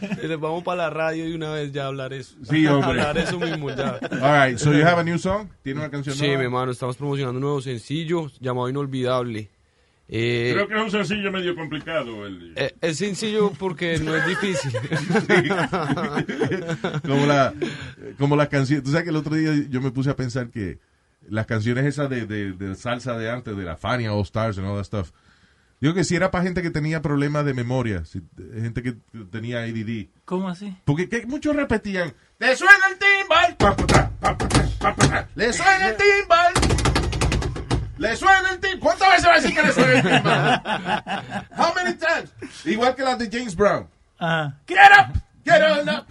[SPEAKER 15] Entonces, vamos para la radio y una vez ya hablar eso.
[SPEAKER 2] Sí, hombre.
[SPEAKER 15] hablar eso mismo ya.
[SPEAKER 2] All right, so you have a new song? ¿Tiene una canción
[SPEAKER 15] Sí,
[SPEAKER 2] nueva?
[SPEAKER 15] mi hermano, estamos promocionando un nuevo sencillo llamado Inolvidable. Eh,
[SPEAKER 10] Creo que es un sencillo medio complicado. El...
[SPEAKER 15] eh, es sencillo porque no es difícil.
[SPEAKER 2] como la como las canciones tú sabes que el otro día yo me puse a pensar que las canciones esas de, de- de salsa de antes de la Fania All Stars and all that stuff digo que si era para gente que tenía problemas de memoria si- gente que tenía ADD
[SPEAKER 4] ¿Cómo así?
[SPEAKER 2] porque que muchos repetían ¡Le suena el timbal! pa, pa, pa, pa, pa, pa. ¡Le suena el timbal! ¡Le suena el timbal! ¿Cuántas veces va a decir que le suena el timbal? How many times? Igual que las de James Brown.
[SPEAKER 4] Ajá.
[SPEAKER 2] Get up, get on up,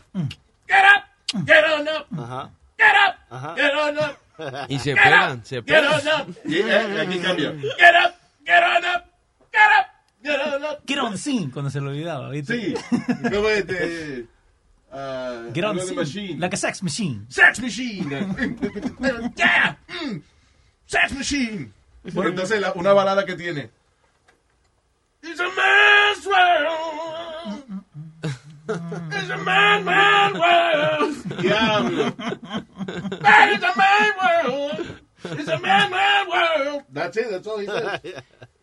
[SPEAKER 2] get up, get on up,
[SPEAKER 15] Ajá.
[SPEAKER 2] get up,
[SPEAKER 15] Ajá.
[SPEAKER 2] get on up.
[SPEAKER 15] Y se
[SPEAKER 2] Get
[SPEAKER 15] pegan,
[SPEAKER 2] up,
[SPEAKER 15] se
[SPEAKER 2] Get
[SPEAKER 15] pegan.
[SPEAKER 2] on up. Y, eh, aquí cambia.
[SPEAKER 10] Get up, get on up, get up, get on up.
[SPEAKER 4] Get on scene cuando se lo olvidaba, ¿viste?
[SPEAKER 2] Sí. ¿Cómo es este? ah,
[SPEAKER 4] Get on
[SPEAKER 2] algo de
[SPEAKER 4] scene.
[SPEAKER 2] machine.
[SPEAKER 4] Like a sex machine.
[SPEAKER 2] Sex machine. yeah. mm, Sex Machine. Entonces, la- una balada que tiene.
[SPEAKER 16] It's a man's world. It's a man, man world.
[SPEAKER 2] Diablo.
[SPEAKER 16] Man, it's a man world. It's a man, man world.
[SPEAKER 2] That's it, that's all he said.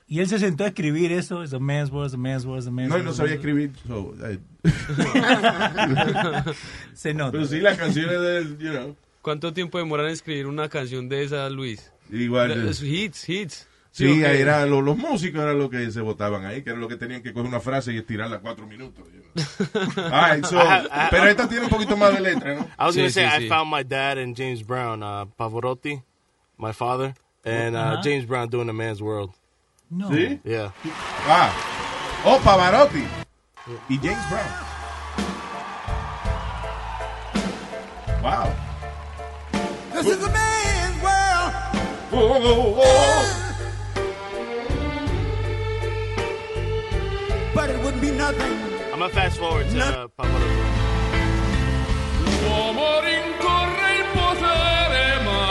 [SPEAKER 4] Y él se sentó a escribir eso. It's a man's world, it's a man's world, it's a man's
[SPEAKER 2] No, y
[SPEAKER 4] world.
[SPEAKER 2] no sabía escribir. so, I-
[SPEAKER 4] Se nota.
[SPEAKER 2] Pero sí, las canciones del, you know.
[SPEAKER 15] ¿Cuánto tiempo demoran en escribir una canción de esa, Luis?
[SPEAKER 2] Igual.
[SPEAKER 15] Es hits, hits.
[SPEAKER 2] Sí,
[SPEAKER 15] ¿o qué?
[SPEAKER 2] era lo- los músicos eran los que se votaban ahí, que era lo que tenían que coger una frase y estirarla cuatro minutos. you know. All right, so,
[SPEAKER 15] Ah,
[SPEAKER 5] I- I-
[SPEAKER 2] pero esta tiene un poquito más de letra, ¿no?
[SPEAKER 5] I was gonna say I found my dad and James Brown, uh, Pavarotti, my father, and uh,
[SPEAKER 2] Uh-huh.
[SPEAKER 5] James Brown doing a man's world.
[SPEAKER 4] No.
[SPEAKER 2] ¿Sí?
[SPEAKER 5] Yeah.
[SPEAKER 2] Ah. Oh, Pavarotti. Y James Brown. Wow.
[SPEAKER 17] This is a man's world.
[SPEAKER 5] But it wouldn't be nothing. I'm gonna fast forward to uh, Pavarotti.
[SPEAKER 16] Uomo rincorre il potere, ma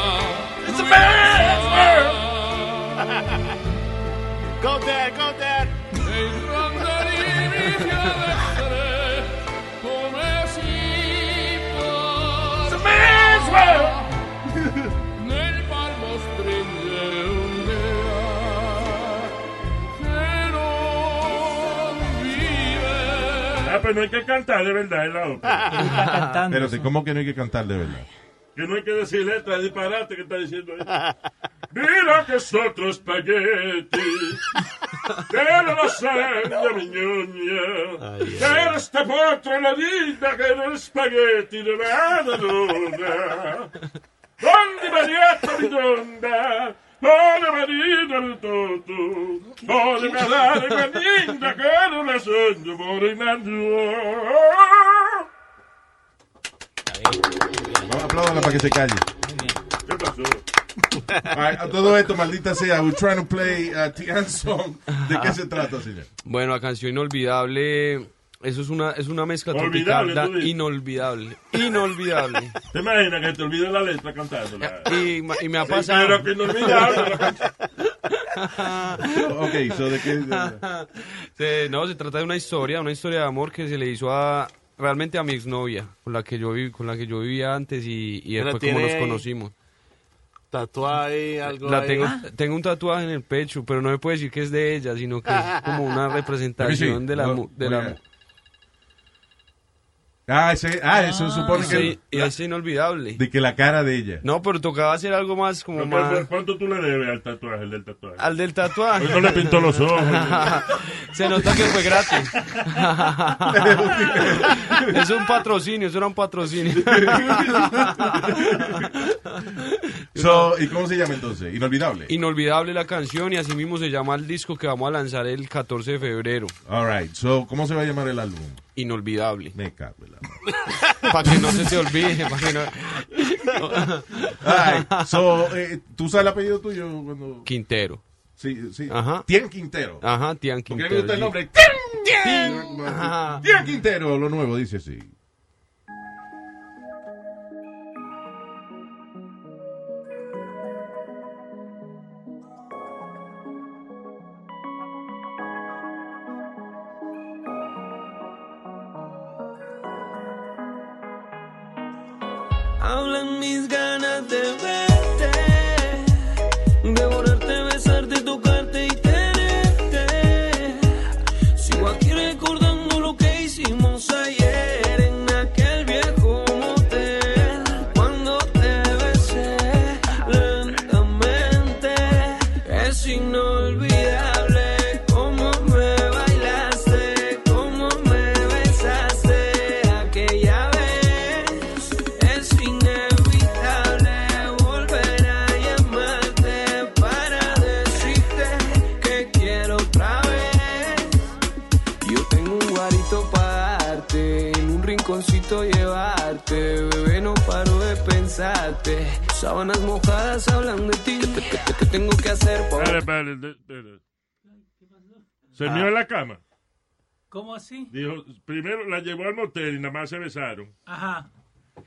[SPEAKER 16] It's a man's world.
[SPEAKER 5] go dad, go dad.
[SPEAKER 16] E il rondarino inizia ad essere come si può. It's a man's world. Nel palmo stringe un'idea che non vive.
[SPEAKER 10] Ah, pero no hay que cantar de verdad en la ópera.
[SPEAKER 2] Pero sí, ¿cómo que no hay que cantar de verdad?
[SPEAKER 10] Que no hay que decir letra, disparate que está diciendo ahí. Mira que es otro espagueti. Pero no sangre de mi ñoña. Pero este potro en la vida que no es espagueti de la luna. ¿Dónde María Toridonda? ¿Dónde María del Toto? ¿Dónde me da de Marinda que no la sueño por el
[SPEAKER 2] Vamos, apláudala para que se calle.
[SPEAKER 10] ¿Qué pasó?
[SPEAKER 2] All right, a todo esto, maldita sea, we're trying to play a Tian song. ¿De qué se trata, señor?
[SPEAKER 15] Bueno, la canción inolvidable. Eso es una, es una mezcla
[SPEAKER 10] Olvidable,
[SPEAKER 15] tropicalda
[SPEAKER 10] tú dices.
[SPEAKER 15] inolvidable. Inolvidable.
[SPEAKER 10] ¿Te imaginas que te olvides la letra cantándola?
[SPEAKER 15] Y, ma- y me ha
[SPEAKER 10] Sí,
[SPEAKER 15] pasado.
[SPEAKER 10] pero que inolvidable.
[SPEAKER 2] ok, so de qué.
[SPEAKER 15] Se- no, se trata de una historia, una historia de amor que se le hizo a realmente a mi exnovia, con la que yo viví, con la que yo vivía antes y, y
[SPEAKER 5] ¿La
[SPEAKER 15] fue como
[SPEAKER 5] tiene
[SPEAKER 15] nos
[SPEAKER 5] ahí?
[SPEAKER 15] conocimos.
[SPEAKER 5] Tatuaje, algo
[SPEAKER 15] La
[SPEAKER 5] ahí. Ah.
[SPEAKER 15] tengo, tengo un tatuaje en el pecho, pero no me puede decir que es de ella, sino que es como una representación de la,
[SPEAKER 2] No,
[SPEAKER 15] mu- de la
[SPEAKER 2] oiga.
[SPEAKER 15] mu-
[SPEAKER 2] Ah, ese, ah, eso supone
[SPEAKER 15] Ese-
[SPEAKER 2] que.
[SPEAKER 15] es inolvidable.
[SPEAKER 2] De que la cara de ella.
[SPEAKER 15] No, pero tocaba hacer algo más como
[SPEAKER 10] ¿Cuánto-
[SPEAKER 15] más
[SPEAKER 10] ¿Cuánto tú le debes al tatuaje, el del tatuaje?
[SPEAKER 15] al del tatuaje.
[SPEAKER 10] Hoy no le pintó los ojos.
[SPEAKER 15] Se nota que fue gratis. es un patrocinio, eso era un patrocinio.
[SPEAKER 2] So, ¿Y cómo se llama entonces? Inolvidable.
[SPEAKER 15] Inolvidable la canción y así mismo se llama el disco que vamos a lanzar el 14 de febrero.
[SPEAKER 2] All right, so, ¿cómo se va a llamar el álbum?
[SPEAKER 15] Inolvidable.
[SPEAKER 2] Me cago en la madre.
[SPEAKER 15] Para que no se te olvide. pa' que no-
[SPEAKER 2] All right, so, eh, ¿tú sabes el apellido tuyo? Cuando...
[SPEAKER 15] Quintero.
[SPEAKER 2] Sí, sí.
[SPEAKER 15] Ajá.
[SPEAKER 2] Tian Quintero.
[SPEAKER 15] Ajá, Tian Quintero.
[SPEAKER 2] Porque a mí me gusta el
[SPEAKER 15] sí.
[SPEAKER 2] nombre.
[SPEAKER 15] Tian. Ajá.
[SPEAKER 2] Tian Quintero, lo nuevo, dice así.
[SPEAKER 17] Hablan mis ganas de verte, devorarte, besarte, tocarte y tenerte. Sigo aquí recordando lo que hicimos ayer en aquel viejo motel. Cuando te besé lentamente, es inolvidable cómo me bailaste, cómo me besaste aquella vez. Es inevitable volver a llamarte para decirte que quiero otra vez.
[SPEAKER 15] Yo tengo un guarito para darte, en un rinconcito llevarte, bebé no paro de pensarte, sábanas mojadas hablan de ti, ¿qué, te- qué- qué tengo que hacer
[SPEAKER 10] Espera,
[SPEAKER 15] para...
[SPEAKER 10] espera, de- espera. Se miró en la cama.
[SPEAKER 4] ¿Cómo así?
[SPEAKER 10] Dijo, primero la llevó al motel y nada más se besaron.
[SPEAKER 4] Ajá.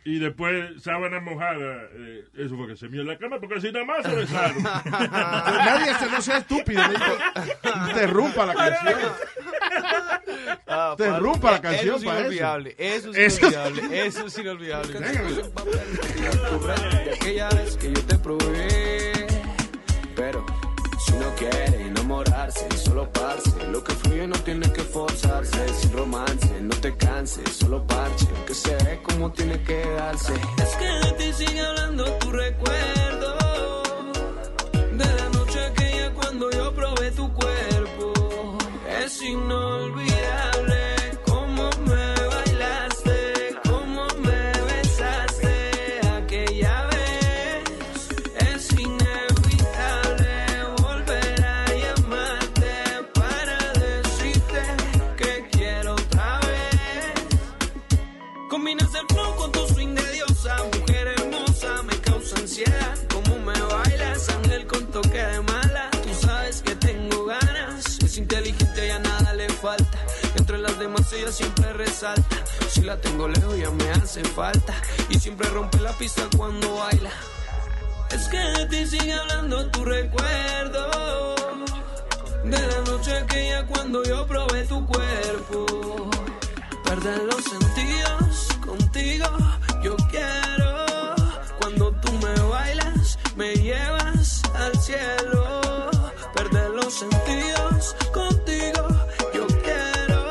[SPEAKER 10] Y después sábana mojada, eh, eso fue que se mió en la cama, porque así nada más se besaron.
[SPEAKER 2] Nadie se no sea estúpido. le digo, Interrumpa la canción. Interrumpa la
[SPEAKER 17] Ah, eh, eso
[SPEAKER 2] canción
[SPEAKER 17] es
[SPEAKER 2] para eso.
[SPEAKER 17] inolvidable, eso. es
[SPEAKER 2] Eso es-
[SPEAKER 17] inolvidable, eso es inolvidable. Aquella vez que yo te probé, pero si no quiere enamorarse, solo parse. Lo que fluye no tiene que forzarse, sin romance, no te canses, solo parche. Que se ve como tiene que darse. Es que de ti sigue hablando tu recuerdo. De la noche aquella cuando yo probé tu cuerpo. Es inolvidable cómo me bailaste, cómo me besaste aquella vez. Es inevitable volver a llamarte para decirte que quiero otra vez. Combinas el flow con tu swing de diosa, mujer hermosa, me causa ansiedad. Como me bailas, ángel con toque de mala. Tú sabes que tengo ganas, es inteligente y a nada le falta. Entre las demás ella siempre resalta. Si la tengo lejos ya me hace falta. Y siempre rompe la pista cuando baila. Es que de ti sigue hablando tu recuerdo. De la noche aquella cuando yo probé tu cuerpo. Perder los sentidos contigo, yo quiero. Cuando tú me bailas, me llevas al cielo. Perder los sentidos contigo, yo quiero.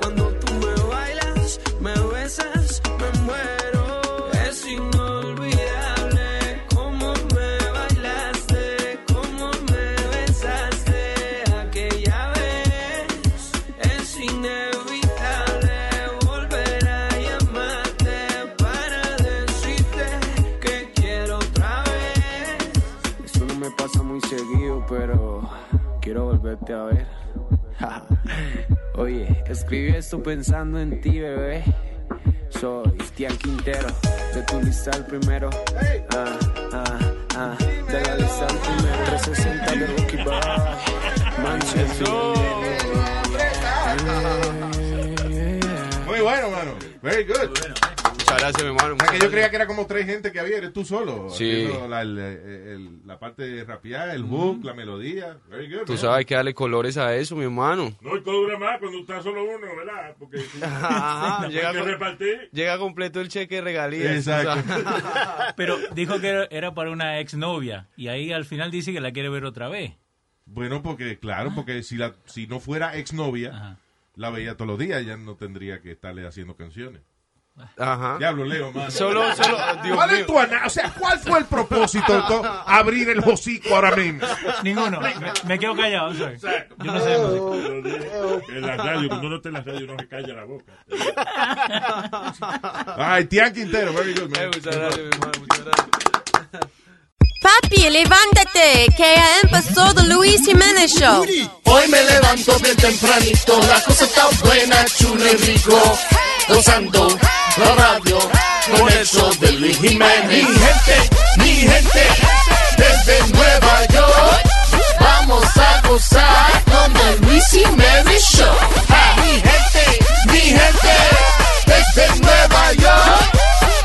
[SPEAKER 17] Cuando tú me bailas, me besas, me muero. Es inolvidable cómo me bailaste, cómo me besaste aquella vez. Es inevitable volver a llamarte para decirte que quiero otra vez.
[SPEAKER 15] Eso no me pasa muy seguido, pero quiero volverte a ver.
[SPEAKER 17] Oye, escribí esto pensando en ti, bebé. Soy Tian Quintero, de tu lista el primero. Ah, ah, ah, de la lista el primero. 360 de Rocky Bar.
[SPEAKER 2] Muy bueno, mano. Very good.
[SPEAKER 17] Muchas gracias, mi hermano.
[SPEAKER 2] O sea, que yo creía que era como tres gente que había, eres tú solo.
[SPEAKER 17] Sí.
[SPEAKER 2] Haciendo La, el- el- la parte de rapear, el hook, la melodía. Very good.
[SPEAKER 17] Tú
[SPEAKER 2] man.
[SPEAKER 17] sabes que darle colores a eso, mi hermano.
[SPEAKER 10] No, y todo dura más cuando está solo uno, ¿verdad? Porque si-
[SPEAKER 17] Ajá,
[SPEAKER 15] Ah,
[SPEAKER 10] hay
[SPEAKER 17] Ah, llega
[SPEAKER 10] que
[SPEAKER 17] con-
[SPEAKER 10] repartir.
[SPEAKER 17] Llega completo el cheque de regalías.
[SPEAKER 4] Pero dijo que era- era para una exnovia. Y ahí al final dice que la quiere ver otra vez.
[SPEAKER 2] Bueno, porque, claro, porque si, la, si no fuera exnovia, la veía todos los días, ya no tendría que estarle haciendo canciones.
[SPEAKER 17] Ajá.
[SPEAKER 2] Diablo, Leo, mano.
[SPEAKER 17] Solo- solo- Dios
[SPEAKER 2] ¿Cuál
[SPEAKER 17] mío.
[SPEAKER 2] es tu ana- O sea, ¿cuál fue el propósito de to- abrir el hocico ahora mismo?
[SPEAKER 4] Ninguno. Me, me quedo callado. I'm sorry. Yo no sé de música.
[SPEAKER 10] En la radio, cuando uno está en la radio, no se calla la boca.
[SPEAKER 2] Ay, Tian Quintero, very good, man.
[SPEAKER 18] Papi, levántate, que ha empezado Luis Jiménez Show.
[SPEAKER 16] Hoy me levanto bien tempranito, la cosa está buena, chulo y rico. Gozando la radio con el show de Luis Jiménez. Mi gente, mi gente, desde Nueva York, vamos a gozar con el Luis Jiménez Show. Ah, Mi gente, mi gente, desde Nueva York,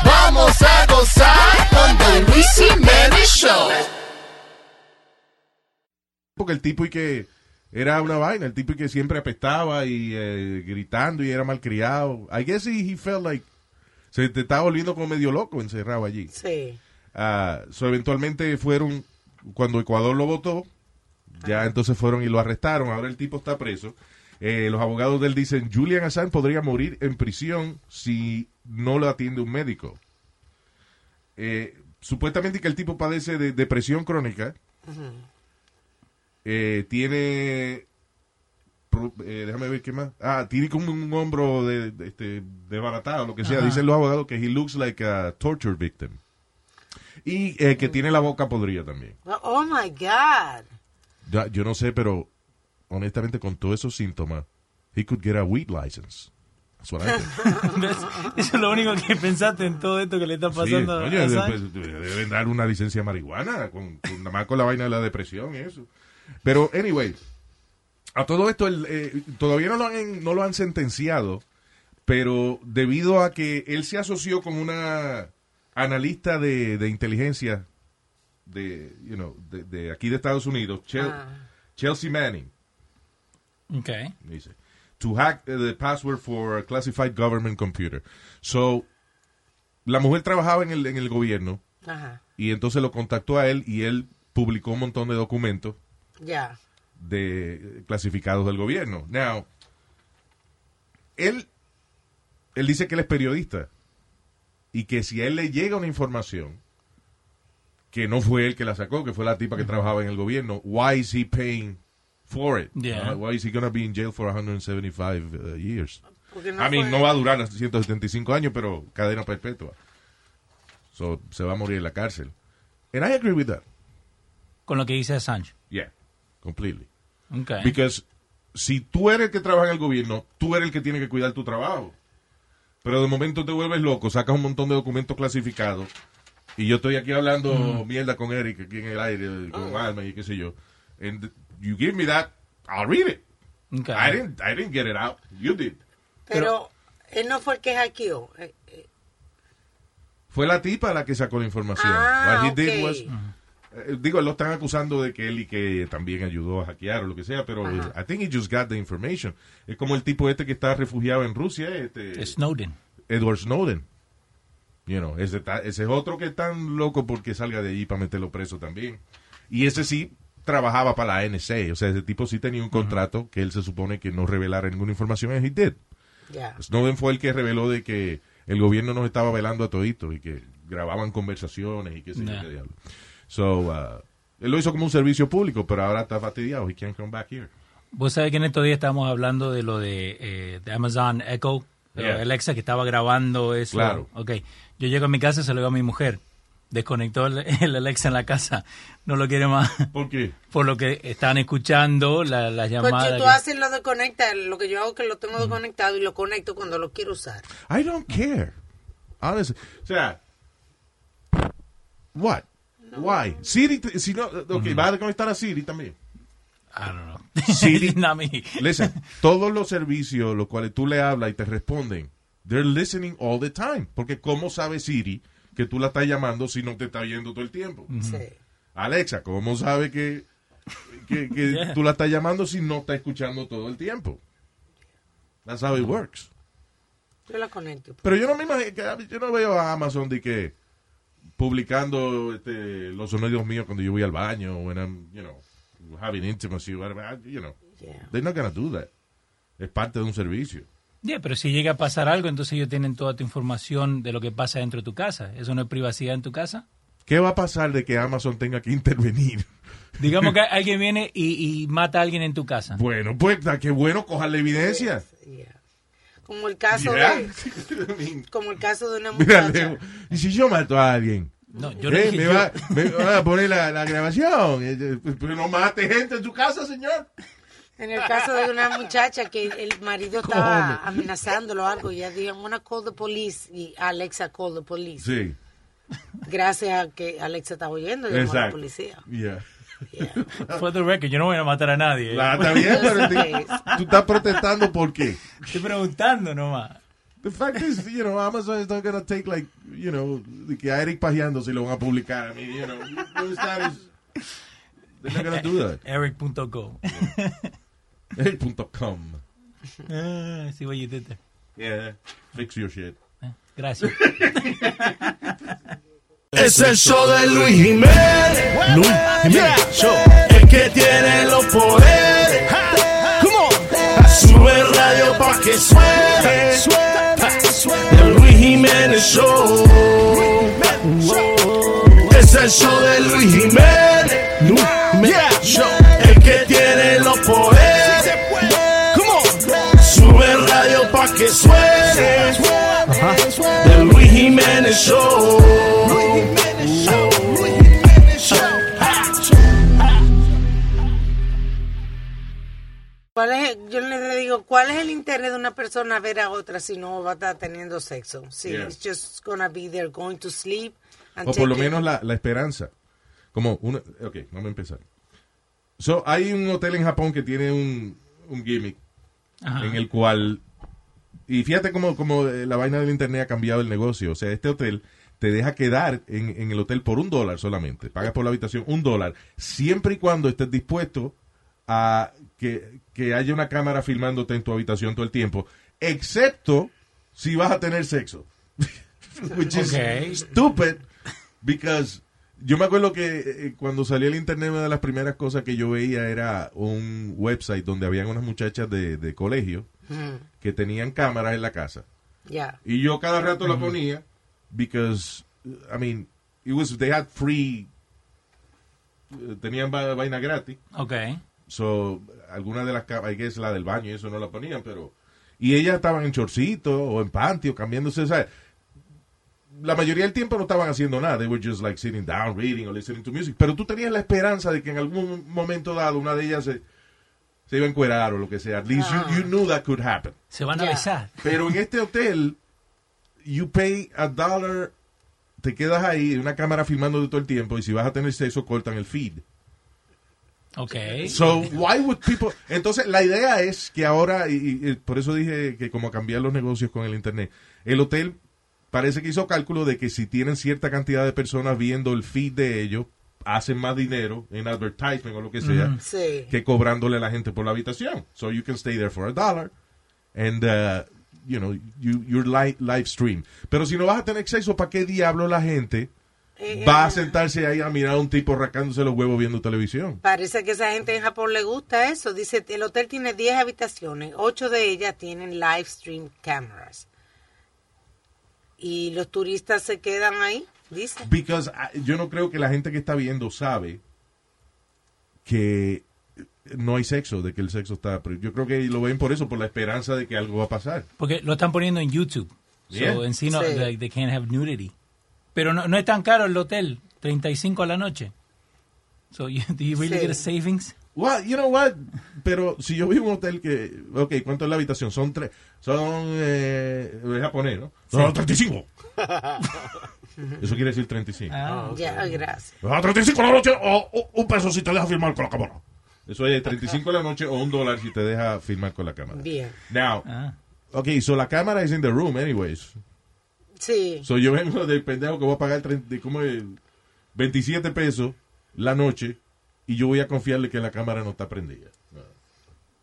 [SPEAKER 16] vamos a gozar con el Luis Jiménez Show.
[SPEAKER 2] Porque el tipo y que era una vaina, el tipo y que siempre apestaba y eh, gritando y era malcriado. I guess he, he felt like se te estaba volviendo como medio loco encerrado allí.
[SPEAKER 3] Sí.
[SPEAKER 2] Ah, so, eventualmente fueron, cuando Ecuador lo votó, ya entonces fueron y lo arrestaron. Ahora el tipo está preso. Eh, los abogados de él dicen, Julian Assange podría morir en prisión si no lo atiende un médico. Eh, supuestamente que el tipo padece de depresión crónica, eh, tiene. pro- eh, déjame ver qué más. Ah, tiene como un hombro de, de- este, desbaratado, lo que sea.
[SPEAKER 19] Ajá.
[SPEAKER 2] Dicen los abogados que he looks like a torture victim. Y eh, que tiene la boca podrida también.
[SPEAKER 3] Oh my God.
[SPEAKER 2] Ya, Yo, no sé, pero honestamente, con todos esos síntomas, he could get a weed license. That's what I think.
[SPEAKER 4] ¿Ves? Eso es lo único que pensaste en todo esto que le está
[SPEAKER 2] Sí,
[SPEAKER 4] pasando a
[SPEAKER 2] coño,
[SPEAKER 4] Assange.
[SPEAKER 2] después deben dar una licencia de marihuana, con, con- nada más con la vaina de la depresión y eso. Pero, anyway, a todo esto el, eh, todavía no lo, han, no lo han sentenciado pero debido a que él se asoció con una analista de, de inteligencia de, you know, de, de aquí de Estados Unidos, Chel-
[SPEAKER 4] Ah.
[SPEAKER 2] Chelsea Manning,
[SPEAKER 4] Okay.
[SPEAKER 2] dice, to hack the password for a classified government computer. So, la mujer trabajaba en el, en el gobierno
[SPEAKER 3] Ajá.
[SPEAKER 2] y entonces lo contactó a él y él publicó un montón de documentos
[SPEAKER 3] Ya.
[SPEAKER 2] de clasificados del gobierno. Now, él, él dice que él es periodista y que si a él le llega una información que no fue él que la sacó, que fue la tipa que trabajaba en el gobierno, why is he paying for it?
[SPEAKER 4] Yeah.
[SPEAKER 2] Uh, why is he going to be in jail for 175 uh, years?
[SPEAKER 3] Porque no
[SPEAKER 2] I mean,
[SPEAKER 3] fue-
[SPEAKER 2] no va a durar hasta 175 años, pero cadena perpetua. So, se va a morir en la cárcel. And I agree with that.
[SPEAKER 4] Con lo que dice Assange.
[SPEAKER 2] Yeah, completely.
[SPEAKER 4] Okay.
[SPEAKER 2] Because si tú eres el que trabaja en el gobierno, tú eres el que tiene que cuidar tu trabajo. Pero de momento te vuelves loco, sacas un montón de documentos clasificados. Y yo estoy aquí hablando
[SPEAKER 4] Mm.
[SPEAKER 2] mierda con Eric aquí en el aire, con Alma y qué sé yo. And you give me that, I'll read it.
[SPEAKER 4] Okay.
[SPEAKER 2] I didn't, I didn't get it out. You did.
[SPEAKER 3] Pero, él no fue el que hackeó. Eh, eh,
[SPEAKER 2] Fue la tipa la que sacó la información.
[SPEAKER 3] Ah,
[SPEAKER 2] What he did
[SPEAKER 3] ok.
[SPEAKER 2] was- eh, digo, lo están acusando de que él y que también ayudó a hackear o lo que sea, pero eh,
[SPEAKER 4] Ajá.
[SPEAKER 2] I think he just got the information. Es como el tipo este que está refugiado en Rusia, este
[SPEAKER 4] Snowden.
[SPEAKER 2] Edward Snowden. You know, ese, ta- ese es otro que es tan loco porque salga de allí para meterlo preso también. Y ese sí trabajaba para la NSA. O sea, ese tipo sí tenía un contrato que él se supone que no revelara ninguna información. And he did.
[SPEAKER 3] Ya.
[SPEAKER 2] Snowden fue el que reveló de que el gobierno nos estaba velando a toditos y que grababan conversaciones y qué sé yo
[SPEAKER 4] Nah.
[SPEAKER 2] qué diablo. So, uh, él lo hizo como un servicio público, pero ahora está fastidiado. He can't come back here.
[SPEAKER 4] Vos sabés que en estos días estábamos hablando de lo de, eh, de Amazon Echo, pero
[SPEAKER 2] Yeah.
[SPEAKER 4] Alexa que estaba grabando eso.
[SPEAKER 2] Claro.
[SPEAKER 4] Ok. Yo llego a mi casa y se lo digo a mi mujer. Desconectó el, el Alexa en la casa. No lo quiere más.
[SPEAKER 2] ¿Por qué?
[SPEAKER 4] Por lo que están escuchando la- las
[SPEAKER 3] Pues
[SPEAKER 4] llamadas.
[SPEAKER 3] si tú
[SPEAKER 4] que-
[SPEAKER 3] haces lo de conectar, lo que yo hago es que lo tengo desconectado y lo conecto cuando lo quiero usar.
[SPEAKER 2] I don't care. Honestly. O sea, what? Why? Siri, t- si no, ok, va a conectar a Siri también.
[SPEAKER 4] I don't know.
[SPEAKER 2] Siri,
[SPEAKER 4] Not me.
[SPEAKER 2] listen, todos los servicios los cuales tú le hablas y te responden, they're listening all the time. Porque ¿cómo sabe Siri que tú la estás llamando si no te está viendo todo el tiempo?
[SPEAKER 3] Sí.
[SPEAKER 2] Alexa, ¿cómo sabe que, que, que
[SPEAKER 4] Yeah.
[SPEAKER 2] tú la estás llamando si no está escuchando todo el tiempo? That's how it works.
[SPEAKER 3] Yo la conecto.
[SPEAKER 2] Pero yo no me imagino, que- yo no veo a Amazon de que publicando este, los sonidos míos cuando yo voy al baño, when I'm, you know, having intimacy, whatever, you know. They're not gonna do that. Es parte de un servicio.
[SPEAKER 4] Yeah, pero si llega a pasar algo, entonces ellos tienen toda tu información de lo que pasa dentro de tu casa. ¿Eso no es privacidad en tu casa?
[SPEAKER 2] ¿Qué va a pasar de que Amazon tenga que intervenir?
[SPEAKER 4] Digamos que alguien viene y, y mata a alguien en tu casa.
[SPEAKER 2] Bueno, pues, qué bueno cojar la evidencia.
[SPEAKER 3] Como el caso
[SPEAKER 2] Yeah.
[SPEAKER 3] de... Como el caso de una
[SPEAKER 2] Mira,
[SPEAKER 3] muchacha.
[SPEAKER 2] Leo, y si yo mato a alguien,
[SPEAKER 4] No,
[SPEAKER 2] Eh, me, va, me va a poner la, la grabación. Eh, eh, pues, Pero no mate gente en tu casa, señor.
[SPEAKER 3] En el caso de una muchacha que el marido estaba amenazándolo o algo, y ella dijo, I'm gonna call the police, y Alexa call the police.
[SPEAKER 2] Sí,
[SPEAKER 3] Gracias a que Alexa estaba oyendo, llamó a la
[SPEAKER 4] Exacto.
[SPEAKER 3] policía.
[SPEAKER 2] yeah.
[SPEAKER 4] For the record, yo no voy a matar a nadie. eh.
[SPEAKER 2] Ah, está bien, pero te- tú estás protestando por qué.
[SPEAKER 4] Estoy preguntando nomás.
[SPEAKER 2] The fact is, you know, Amazon is not going to take, like, you know, de que a Eric pajeando si lo van a publicar. I mean, you know, those guys, they're not going to do that.
[SPEAKER 4] Eric.co.
[SPEAKER 2] Eric.com.
[SPEAKER 4] Ah, see what you did there.
[SPEAKER 2] Yeah, fix your shit.
[SPEAKER 4] Gracias.
[SPEAKER 16] Es el show de Luis Jiménez. Luis Jiménez Show. El que tiene los poderes. Come on. Sube el radio pa' que suene. El Luis Jiménez Show. Es el show de Luis Jiménez. Luis Jiménez Show. El que tiene los poderes. Come on. Sube el radio pa' que suene. El Luis Jiménez Show.
[SPEAKER 3] ¿Cuál es el- yo le digo, ¿cuál es el interés de una persona ver a otra si no va a estar teniendo sexo? Si
[SPEAKER 2] Yeah.
[SPEAKER 3] it's just gonna be there going to sleep. and
[SPEAKER 2] O por lo
[SPEAKER 3] checking.
[SPEAKER 2] menos la, la esperanza. Como una. Ok, vamos a empezar. So, hay un hotel en Japón que tiene un, un gimmick
[SPEAKER 4] Ajá.
[SPEAKER 2] en el cual Y fíjate cómo, cómo eh, la vaina del internet ha cambiado el negocio. O sea, este hotel te deja quedar en, en el hotel por un dólar solamente. Pagas por la habitación un dólar. Siempre y cuando estés dispuesto a que, que haya una cámara filmándote en tu habitación todo el tiempo. Excepto si vas a tener sexo. Which is
[SPEAKER 4] Ok.
[SPEAKER 2] stupid. Because yo me acuerdo que eh, cuando salí el internet, una de las primeras cosas que yo veía era un website donde habían unas muchachas de, de colegio
[SPEAKER 3] Mm,
[SPEAKER 2] que tenían cámaras en la casa.
[SPEAKER 3] Ya.
[SPEAKER 2] Y yo cada rato la ponía, because, I mean, it was, they had free, eh, tenían va- vaina gratis.
[SPEAKER 4] Ok.
[SPEAKER 2] So, alguna de las cámaras, que es la del baño, y eso no la ponían, pero... Y ellas estaban en chorcito o en pantio, cambiándose, ¿sabes? La mayoría del tiempo no estaban haciendo nada. They were just like sitting down, reading or listening to music. Pero tú tenías la esperanza de que en algún momento dado una de ellas se, se iba a encuerar o lo que sea. At least you, you knew that could happen.
[SPEAKER 4] Se van a besar.
[SPEAKER 2] Pero en este hotel, you pay a dollar, te quedas ahí, una cámara filmando todo el tiempo, y si vas a tener sexo, cortan el feed.
[SPEAKER 4] Ok.
[SPEAKER 2] So, why would people... Entonces, la idea es que ahora, y, y- y por eso dije que como cambiar los negocios con el Internet, el hotel parece que hizo cálculo de que si tienen cierta cantidad de personas viendo el feed de ellos, hacen más dinero en advertisement o lo que sea,
[SPEAKER 11] Ujú. Sí.
[SPEAKER 2] que cobrándole a la gente por la habitación. So, you can stay there for a dollar and, uh, you know, you, your li- live stream. Pero si no vas a tener acceso, ¿para qué diablo la gente
[SPEAKER 3] Eh,
[SPEAKER 2] va
[SPEAKER 3] eh,
[SPEAKER 2] a sentarse ahí a mirar a un tipo rascándose los huevos viendo televisión?
[SPEAKER 3] Parece que esa gente en Japón le gusta eso. Dice, el hotel tiene 10 habitaciones, 8 de ellas tienen live stream cameras. Y los turistas se quedan ahí, dice.
[SPEAKER 2] Because I- yo no creo que la gente que está viendo sabe que no hay sexo, de que el sexo está... prohibido. Yo creo que lo ven por eso, por la esperanza de que algo va a pasar.
[SPEAKER 4] Porque lo están poniendo en YouTube.
[SPEAKER 2] Yeah.
[SPEAKER 4] So, en sí, no,
[SPEAKER 2] Sí.
[SPEAKER 4] like, they can't have nudity. Pero no, no es tan caro el hotel. 35 a la noche. So, you, do you really
[SPEAKER 2] Sí.
[SPEAKER 4] get a savings?
[SPEAKER 2] Well, you know what? Pero si yo vi un hotel que... Ok, ¿cuánto es la habitación? Son tres... Son... Eh, japonés, ¿no? Son
[SPEAKER 4] Sí.
[SPEAKER 2] 35. Eso quiere decir 35.
[SPEAKER 4] Ah,
[SPEAKER 3] Ya, ay, gracias.
[SPEAKER 2] Ah, 35 a la noche o, o un peso si te deja firmar con la cámara. Eso es 35 a la noche o un dólar si te deja firmar con la cámara.
[SPEAKER 3] Bien.
[SPEAKER 2] Now, ok, so la cámara es in the room anyways.
[SPEAKER 3] Sí.
[SPEAKER 2] So yo vengo del pendejo que voy a pagar 30, ¿cómo es? 27 pesos la noche y yo voy a confiarle que la cámara no está prendida.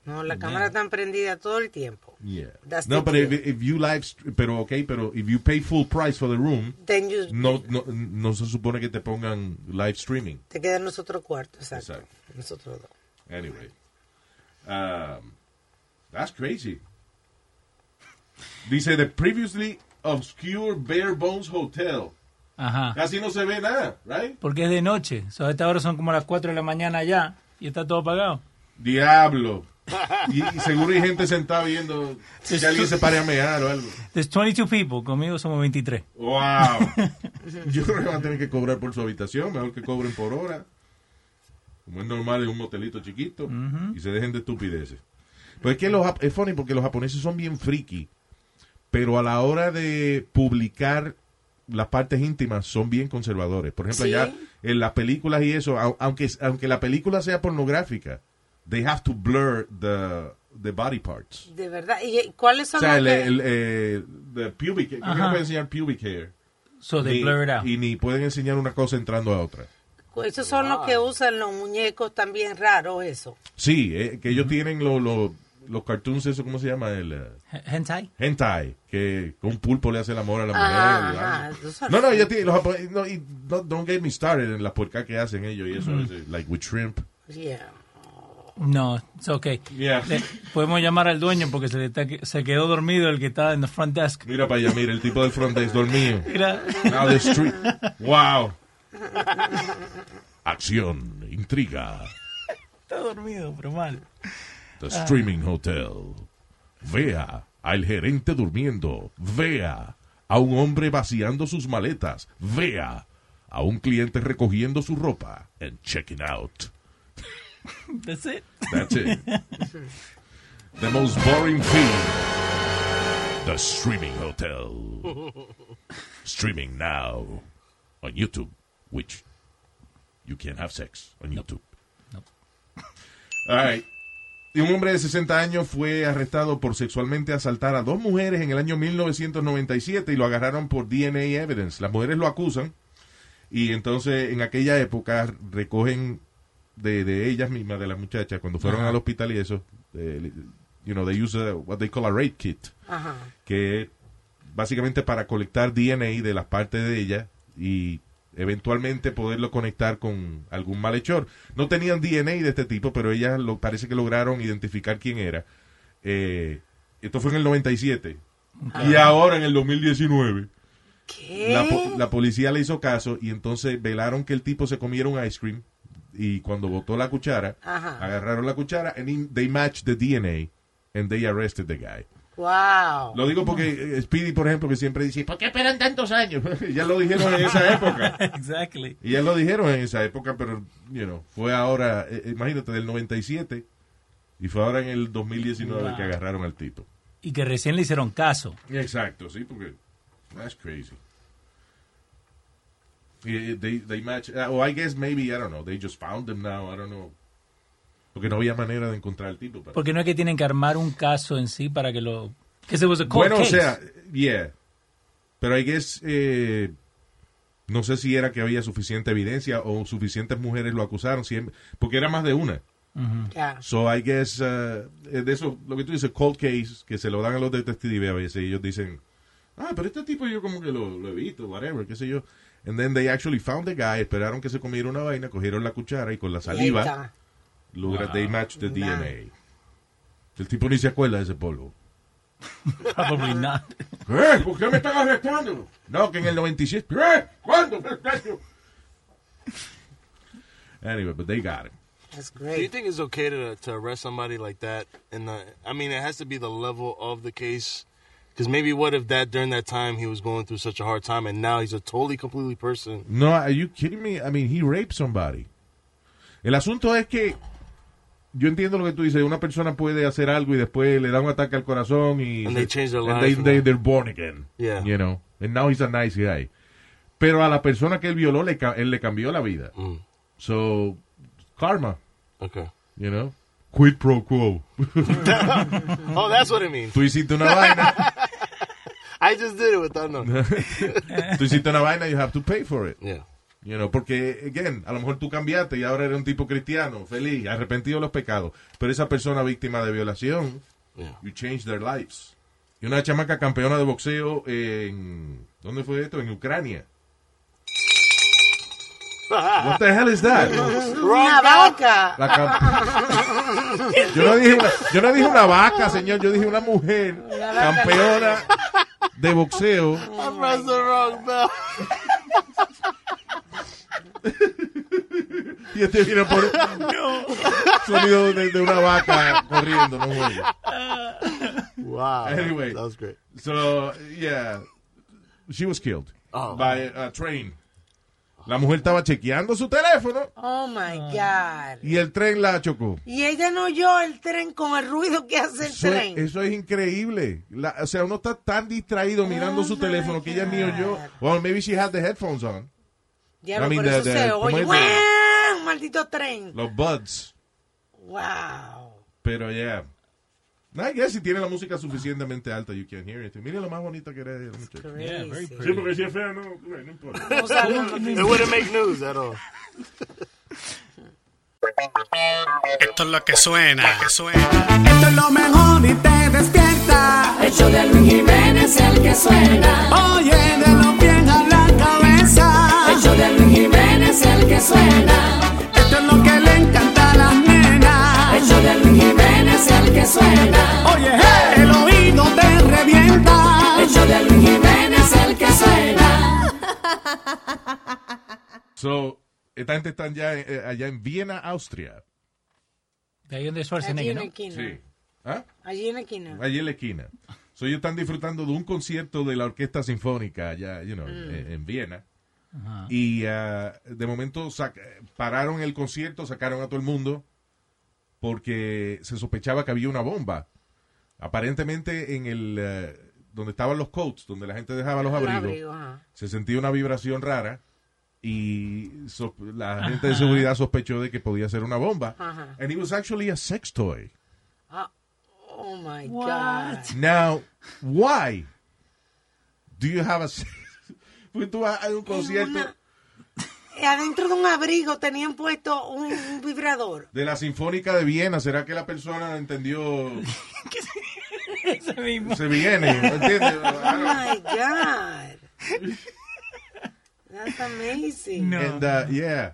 [SPEAKER 3] No, la cámara está prendida todo el tiempo.
[SPEAKER 2] Yeah.
[SPEAKER 3] That's
[SPEAKER 2] No,
[SPEAKER 3] the
[SPEAKER 2] pero if, if you live, st- pero ok, pero if you pay full price for the room,
[SPEAKER 3] Then you-
[SPEAKER 2] no, no, no se supone que te pongan live streaming.
[SPEAKER 3] Te quedan nosotros cuartos, exacto. Nosotros dos.
[SPEAKER 2] Anyway. Um, that's crazy. Dice, the previously obscure Bare Bones Hotel.
[SPEAKER 4] Ajá.
[SPEAKER 2] Casi no se ve nada, right?
[SPEAKER 4] Porque es de noche. So, a esta hora son como las 4 de la mañana ya. Y está todo apagado.
[SPEAKER 2] Diablo. Y, y seguro hay gente sentada viendo si alguien se pare a mear o algo.
[SPEAKER 4] There's 22 people. Conmigo somos 23.
[SPEAKER 2] Wow. Yo creo que van a tener que cobrar por su habitación, mejor que cobren por hora. Como es normal en un motelito chiquito. Y se dejen de estupideces. Pero es que los, jap- es funny porque los japoneses son bien friki. Pero a la hora de publicar las partes íntimas son bien conservadores. Por ejemplo,
[SPEAKER 19] Sí.
[SPEAKER 2] ya en las películas y eso, au- aunque, aunque la película sea pornográfica, they have to blur the, the body parts.
[SPEAKER 3] De verdad. ¿Y eh, cuáles
[SPEAKER 2] O
[SPEAKER 3] son
[SPEAKER 2] sea,
[SPEAKER 3] las que-
[SPEAKER 2] el, el, eh, the pubic hair. Creo que
[SPEAKER 3] Ajá.
[SPEAKER 2] no pueden enseñar pubic hair.
[SPEAKER 4] So they
[SPEAKER 2] Ni-
[SPEAKER 4] blur it out.
[SPEAKER 2] Y ni pueden enseñar una cosa entrando a otra.
[SPEAKER 3] Esos son los que usan los muñecos también raros, eso.
[SPEAKER 2] Sí, eh, que ellos tienen lo- lo- los cartoons, eso, ¿cómo se llama? El eh,
[SPEAKER 4] Hentai.
[SPEAKER 2] hentai, que con un pulpo le hace el amor a la
[SPEAKER 3] Ajá,
[SPEAKER 2] mujer.
[SPEAKER 3] ajá,
[SPEAKER 2] ¿verdad?
[SPEAKER 3] tú sabes.
[SPEAKER 2] No, no, ellos tienen, los japoneses, no, y no- don't get me started en las puercas que hacen ellos y eso,
[SPEAKER 4] Ujú.
[SPEAKER 2] a veces, like with shrimp.
[SPEAKER 3] Yeah.
[SPEAKER 4] No, it's okay.
[SPEAKER 2] Yeah.
[SPEAKER 4] Le- podemos llamar al dueño porque se, le está que- se quedó dormido el que estaba en the front desk.
[SPEAKER 2] Mira para allá, mira, el tipo del front desk dormido.
[SPEAKER 4] Mira.
[SPEAKER 2] Now the street. Wow. Acción, intriga.
[SPEAKER 4] Está dormido, pero mal.
[SPEAKER 2] The
[SPEAKER 4] Ah.
[SPEAKER 2] Streaming Hotel. Vea al gerente durmiendo. Vea a un hombre vaciando sus maletas. Vea a un cliente recogiendo su ropa. And checking out.
[SPEAKER 4] Ah, That's it.
[SPEAKER 2] That's it. The most boring thing. The Streaming Hotel. Streaming now on YouTube, which you can have sex on YouTube. All right. Y un hombre de 60 años fue arrestado por sexualmente asaltar a dos mujeres en el año 1997 y lo agarraron por DNA evidence. Las mujeres lo acusan y entonces en aquella época recogen de, de ellas mismas, de las muchachas, cuando fueron
[SPEAKER 19] Ajá.
[SPEAKER 2] al hospital y eso, eh, you know, they use a- what they call a rape kit,
[SPEAKER 3] Ajá.
[SPEAKER 2] que es básicamente para colectar DNA de las partes de ellas y eventualmente poderlo conectar con algún malhechor. No tenían DNA de este tipo, pero ellas lo, parece que lograron identificar quién era. Eh, esto fue en el 97. Y
[SPEAKER 19] Ah.
[SPEAKER 2] ahora en el 2019.
[SPEAKER 3] ¿Qué?
[SPEAKER 2] La, po- la policía le hizo caso y entonces velaron que el tipo se comiera un ice cream y cuando botó la cuchara,
[SPEAKER 3] Ajá.
[SPEAKER 2] agarraron la cuchara and in- they matched the DNA and they arrested the guy.
[SPEAKER 3] Wow.
[SPEAKER 2] Lo digo porque eh, Speedy, por ejemplo, que siempre dice, ¿por qué esperan tantos años? ya lo dijeron en esa época.
[SPEAKER 4] Exactly.
[SPEAKER 2] Y ya lo dijeron en esa época, pero, you know, fue ahora, eh, imagínate, del 97 y fue ahora en el 2019
[SPEAKER 4] Wow.
[SPEAKER 2] que agarraron al tipo.
[SPEAKER 4] Y que recién le hicieron caso.
[SPEAKER 2] Exacto, sí, porque that's crazy. Y, eh, They, they match, uh, or I guess maybe, I don't know, they just found them now, I don't know. Porque no había manera de encontrar al tipo. para-
[SPEAKER 4] Porque no es que tienen que armar un caso en sí para que lo... Que se was a cold
[SPEAKER 2] Bueno,
[SPEAKER 4] case.
[SPEAKER 2] o sea, yeah. Pero I guess, eh, no sé si era que había suficiente evidencia o suficientes mujeres lo acusaron, siempre, porque era más de una.
[SPEAKER 4] Ujú.
[SPEAKER 2] So I guess, uh, eh, de eso, lo que tú dices, cold case, que se lo dan a los detectives a veces, y ellos dicen, ah, pero este tipo yo como que lo, lo he visto, whatever, qué sé yo. And then they actually found the guy, esperaron que se comiera una vaina, cogieron la cuchara y con la saliva,
[SPEAKER 3] Eita.
[SPEAKER 2] logra,
[SPEAKER 4] Wow.
[SPEAKER 2] they matched the
[SPEAKER 4] Nah.
[SPEAKER 2] DNA. El tipo ni se acuerda de ese polvo.
[SPEAKER 4] Probably not.
[SPEAKER 2] ¿Eh? ¿Por qué me están arrestando? No, que en el 97. ¿Eh? ¿Cuándo? Anyway, but they got him.
[SPEAKER 3] That's great.
[SPEAKER 5] Do you think it's okay to, to arrest somebody like that? And the, I mean, it has to be the level of the case. Because maybe what if that during that time he was going through such a hard time and now he's a totally completely person?
[SPEAKER 2] No, are you kidding me? I mean, he raped somebody. El asunto es que yo entiendo lo que tú dices. Una persona puede hacer algo y después le da un ataque al corazón y
[SPEAKER 5] And they change their life
[SPEAKER 2] and they-
[SPEAKER 5] and
[SPEAKER 2] they-
[SPEAKER 5] all.
[SPEAKER 2] they're born again.
[SPEAKER 5] Yeah.
[SPEAKER 2] You know, and now he's a nice guy. Pero a la persona que él violó, le, ca- él le cambió la vida. So, karma.
[SPEAKER 5] Mm. Okay.
[SPEAKER 2] You know, quid pro quo.
[SPEAKER 5] oh, that's what it means.
[SPEAKER 2] Tú hiciste una vaina.
[SPEAKER 5] I just did it without knowing.
[SPEAKER 2] Tú hiciste una vaina, you have to pay for it.
[SPEAKER 5] Yeah.
[SPEAKER 2] You know, porque, again, a lo mejor tú cambiaste y ahora eres un tipo cristiano, feliz, arrepentido de los pecados. Pero esa persona víctima de violación, you change their lives. Y una chamaca campeona de boxeo en... ¿Dónde fue esto? En Ucrania. What the hell is that?
[SPEAKER 3] Una vaca.
[SPEAKER 2] La camp- yo, no dije una, yo no dije una vaca, señor. Yo dije una mujer
[SPEAKER 5] vaca.
[SPEAKER 2] campeona de boxeo
[SPEAKER 5] I pressed the wrong bell.
[SPEAKER 2] Y este viene por sonido de, de una vaca corriendo, no juego.
[SPEAKER 5] Wow.
[SPEAKER 2] Anyway.
[SPEAKER 5] That was great.
[SPEAKER 2] So, yeah. She was killed
[SPEAKER 5] Oh.
[SPEAKER 2] by a train. La mujer estaba chequeando su teléfono
[SPEAKER 3] Oh my God.
[SPEAKER 2] y el tren la chocó.
[SPEAKER 3] Y ella no oyó el tren con el ruido que hace el
[SPEAKER 2] Eso es,
[SPEAKER 3] tren.
[SPEAKER 2] eso es increíble. La- o sea, uno está tan distraído mirando
[SPEAKER 3] Oh,
[SPEAKER 2] su teléfono que ella ni oyó. Well, maybe she had the headphones on.
[SPEAKER 3] Diablo,
[SPEAKER 2] I mean,
[SPEAKER 3] por eso
[SPEAKER 2] the- the-
[SPEAKER 3] se
[SPEAKER 2] ¿cómo
[SPEAKER 3] oye.
[SPEAKER 2] es?
[SPEAKER 3] ¡Guau! Maldito tren.
[SPEAKER 2] Los buds.
[SPEAKER 3] Wow.
[SPEAKER 2] Pero ya. Yeah. I guess si tiene la música suficientemente alta, you can hear it. Mira lo más bonito que era. la muchacha.
[SPEAKER 10] Yeah, very Sí, porque si es fea, no, no importa.
[SPEAKER 5] it wouldn't make news at all.
[SPEAKER 20] Esto es lo que suena. que suena.
[SPEAKER 9] Esto es lo mejor y te despierta. El show de Luis Jiménez, el que suena. Oye, de los pies a la cabeza. El show de Luis Jiménez, el que suena. Esto es lo que le encanta a las nenas. El show de Luis Jiménez, el que suena. Oye, hey, el oído te revienta. El show de Luis Jiménez, el que suena.
[SPEAKER 2] So, esta gente está ya, eh, allá en Viena, Austria.
[SPEAKER 4] De ahí donde es
[SPEAKER 3] Allí
[SPEAKER 4] Schwarzenegger,
[SPEAKER 3] en la
[SPEAKER 4] ¿no?
[SPEAKER 3] esquina.
[SPEAKER 2] Sí. ¿Ah?
[SPEAKER 3] Allí en la esquina.
[SPEAKER 2] Allí en la esquina. So, ellos están disfrutando de un concierto de la Orquesta Sinfónica allá, you know,
[SPEAKER 3] Mm.
[SPEAKER 2] en, en Viena.
[SPEAKER 4] Ajá.
[SPEAKER 2] Y ah, de momento sac- pararon el concierto, sacaron a todo el mundo porque se sospechaba que había una bomba. Aparentemente en el eh, donde estaban los coats, donde la gente dejaba los
[SPEAKER 3] Los
[SPEAKER 2] abrigos,
[SPEAKER 3] abrigos, ajá.
[SPEAKER 2] se sentía una vibración rara y so- la gente de
[SPEAKER 19] Ajá.
[SPEAKER 2] seguridad sospechó de que podía ser una bomba.
[SPEAKER 19] Ajá.
[SPEAKER 2] And it was actually a sex toy.
[SPEAKER 3] Oh my God.
[SPEAKER 2] Now, why do you have a Porque tú vas a un concierto
[SPEAKER 3] Eh, Adentro de un abrigo tenían puesto un, un vibrador.
[SPEAKER 2] de la Sinfónica de Viena, ¿será que la persona entendió?
[SPEAKER 3] Ese mismo.
[SPEAKER 2] Se viene, ¿entiendes? Ah.
[SPEAKER 3] Oh my God. That's amazing.
[SPEAKER 2] And, uh, yeah.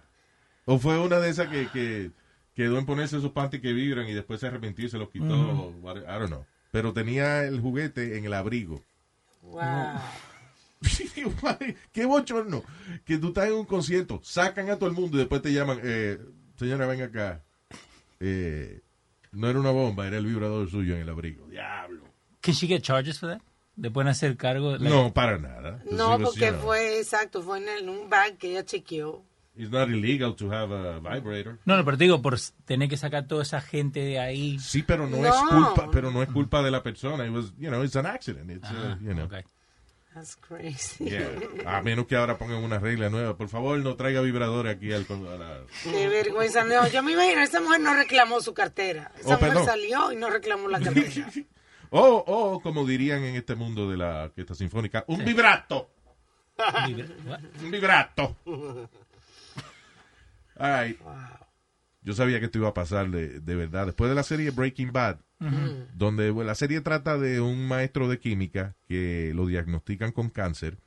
[SPEAKER 2] O fue una de esas que, que quedó en ponerse esos panties que vibran y después se arrepintió y se los quitó.
[SPEAKER 12] Ujú.
[SPEAKER 2] what- I don't know. Pero tenía el juguete en el abrigo.
[SPEAKER 3] Wow.
[SPEAKER 2] Qué bochorno. Que tú estás en un concierto, sacan a todo el mundo y después te llaman, eh, señora, ven acá. Eh, no era una bomba, era el vibrador suyo en el abrigo. Diablo.
[SPEAKER 4] Can she get charges for that? ¿Le pueden hacer cargo?
[SPEAKER 2] No, para nada.
[SPEAKER 3] No,
[SPEAKER 2] Entonces,
[SPEAKER 3] porque
[SPEAKER 2] you know,
[SPEAKER 3] fue exacto, fue en el- un bag que ella chequeó.
[SPEAKER 2] It's not illegal to have a vibrator.
[SPEAKER 4] No, no, pero te digo, por s- tener que sacar toda esa gente de ahí.
[SPEAKER 2] Sí, pero no,
[SPEAKER 3] No.
[SPEAKER 2] es culpa, pero no es culpa de la persona. It was, you know, it's an accident. It's, uh,
[SPEAKER 4] Ah,
[SPEAKER 2] you know.
[SPEAKER 3] That's crazy.
[SPEAKER 2] Yeah. A menos que ahora pongan una regla nueva. Por favor, no traiga vibradores aquí al con- a la-
[SPEAKER 3] Qué vergüenza. No, yo me imagino, esa mujer no reclamó su cartera.
[SPEAKER 2] Oh,
[SPEAKER 3] Esa mujer
[SPEAKER 2] perdón.
[SPEAKER 3] salió y no reclamó la cartera.
[SPEAKER 2] O, o, como dirían en este mundo de la orquesta sinfónica, un vibrato. Un vibrato. All right. Yo sabía que esto iba a pasar de, de verdad. Después de la serie Breaking Bad,
[SPEAKER 12] Ujú.
[SPEAKER 2] donde bueno, la serie trata de un maestro de química que lo diagnostican con cáncer.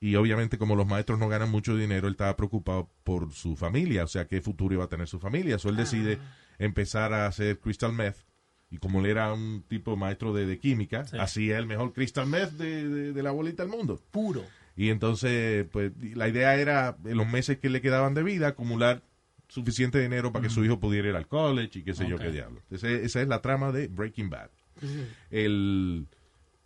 [SPEAKER 2] Y obviamente, como los maestros no ganan mucho dinero, él estaba preocupado por su familia. O sea, qué futuro iba a tener su familia. So él decide empezar a hacer crystal meth. Y como él era un tipo maestro de, de química, hacía el mejor crystal meth de, de- de la bolita del mundo.
[SPEAKER 4] Puro.
[SPEAKER 2] Y entonces, pues, la idea era, en los meses que le quedaban de vida, acumular suficiente dinero para que su hijo pudiera ir al college y qué sé yo
[SPEAKER 12] Ok.
[SPEAKER 2] qué diablo. Ese- esa es la trama de Breaking Bad. El,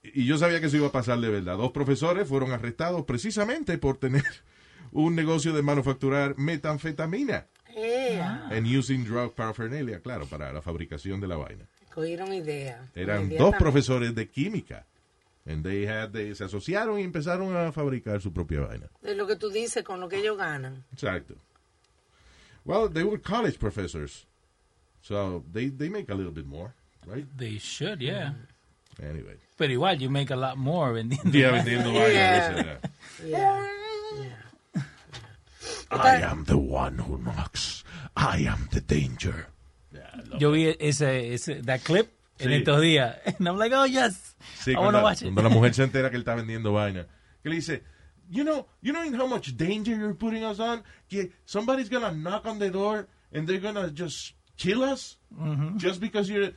[SPEAKER 2] y yo sabía que eso iba a pasar de verdad. Dos profesores fueron arrestados precisamente por tener un negocio de manufacturar metanfetamina
[SPEAKER 3] Eh,
[SPEAKER 2] and using drug paraphernalia, claro, para la fabricación de la vaina.
[SPEAKER 3] cogieron idea.
[SPEAKER 2] Eran
[SPEAKER 3] Inmediatamente.
[SPEAKER 2] dos profesores de química. And they had- they- se asociaron y empezaron a fabricar su propia vaina.
[SPEAKER 3] De lo que tú dices, con lo que ellos ganan.
[SPEAKER 2] Exacto. Well, they were college professors. So they, they make a little bit more, right?
[SPEAKER 4] They should, yeah.
[SPEAKER 2] Anyway.
[SPEAKER 4] Pero igual, you make a lot more vendiendo.
[SPEAKER 2] Yeah, vendiendo varias
[SPEAKER 4] Yeah.
[SPEAKER 2] veces, yeah.
[SPEAKER 3] Yeah.
[SPEAKER 4] I
[SPEAKER 2] am the one who knocks. I am the danger.
[SPEAKER 4] Yo vi ese, ese that clip en
[SPEAKER 2] Sí.
[SPEAKER 4] estos días. And I'm like, oh, yes.
[SPEAKER 2] Sí,
[SPEAKER 3] Ah,
[SPEAKER 4] I
[SPEAKER 2] cuando,
[SPEAKER 4] wanna watch it.
[SPEAKER 2] cuando la mujer se entera que él está vendiendo vaina. Que le dice, you know, you know in how much danger you're putting us on? Que somebody's gonna knock on the door and they're gonna just kill us
[SPEAKER 4] Mm-hmm.
[SPEAKER 2] just because you're...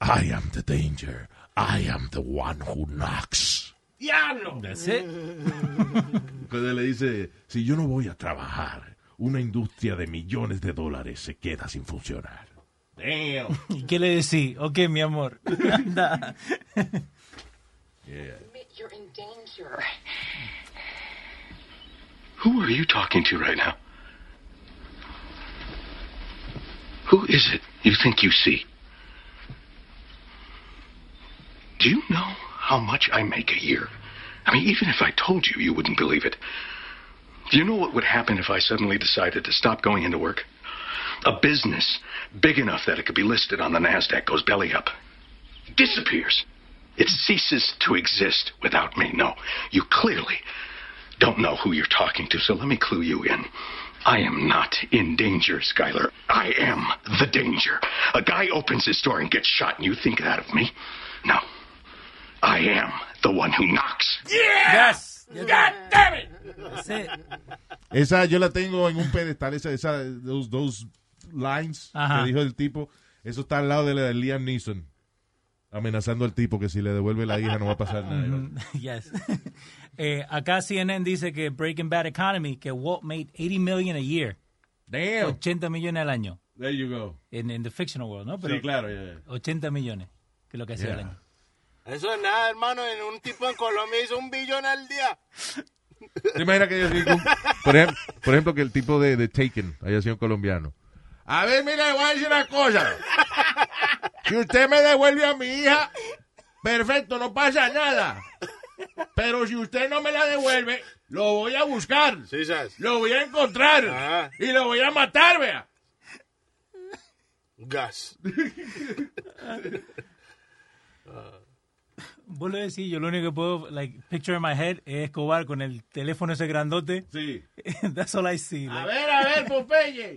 [SPEAKER 2] I am the danger. I am the one who knocks.
[SPEAKER 12] ¡Diablo!
[SPEAKER 2] That's it. Entonces le dice, si yo no voy a trabajar, una industria de millones de dólares se queda sin funcionar. Damn.
[SPEAKER 4] ¿Y qué le decís? Eh, Ok, mi amor. Anda.
[SPEAKER 19] You're in danger.
[SPEAKER 20] Who are you talking to right now? Who is it you think you see? Do you know how much I make a year? I mean, even if I told you, you wouldn't believe it. Do you know what would happen if I suddenly decided to stop going into work? A business big enough that it could be listed on the NASDAQ goes belly up, disappears. It ceases to exist without me. No, you clearly don't know who you're talking to, so let me clue you in. I am not in danger, Skyler. I am the danger. A guy opens his door and gets shot, and you think that of me? No. I am the one who knocks.
[SPEAKER 4] Yes.
[SPEAKER 12] God damn it!
[SPEAKER 4] That's it.
[SPEAKER 2] Esa yo la tengo en un pedestal, esa, esa those, those lines
[SPEAKER 4] Ajá.
[SPEAKER 2] que dijo el tipo. Eso está al lado de la de Liam Neeson. Amenazando al tipo que si le devuelve la hija no va a pasar nada.
[SPEAKER 4] yes. Eh, acá CNN dice que Breaking Bad Economy, que Walt made 80 million a year.
[SPEAKER 2] Damn.
[SPEAKER 4] 80 millones al año.
[SPEAKER 2] There you go.
[SPEAKER 4] En in the fictional world, ¿no?
[SPEAKER 2] Sí, claro, yeah, yeah.
[SPEAKER 4] 80 millones, que es lo que hacía
[SPEAKER 2] Yeah.
[SPEAKER 4] al año.
[SPEAKER 5] Eso es nada, hermano. En un tipo en Colombia hizo un billón al día.
[SPEAKER 2] ¿Te imaginas que haya sido un- por, ejemplo, por ejemplo, que el tipo de, de Taken haya sido un colombiano? A ver, mira, le voy a decir una cosa. Si usted me devuelve a mi hija, perfecto, no pasa nada. Pero si usted no me la devuelve, lo voy a buscar. Lo voy a encontrar.
[SPEAKER 5] Ah.
[SPEAKER 2] Y lo voy a matar, vea.
[SPEAKER 5] Gas.
[SPEAKER 4] Vos lo decís, yo lo único que puedo, like, picture in my head es Escobar con el teléfono ese grandote.
[SPEAKER 2] Sí.
[SPEAKER 4] That's all I see. like.
[SPEAKER 12] A ver, a ver, Popeye.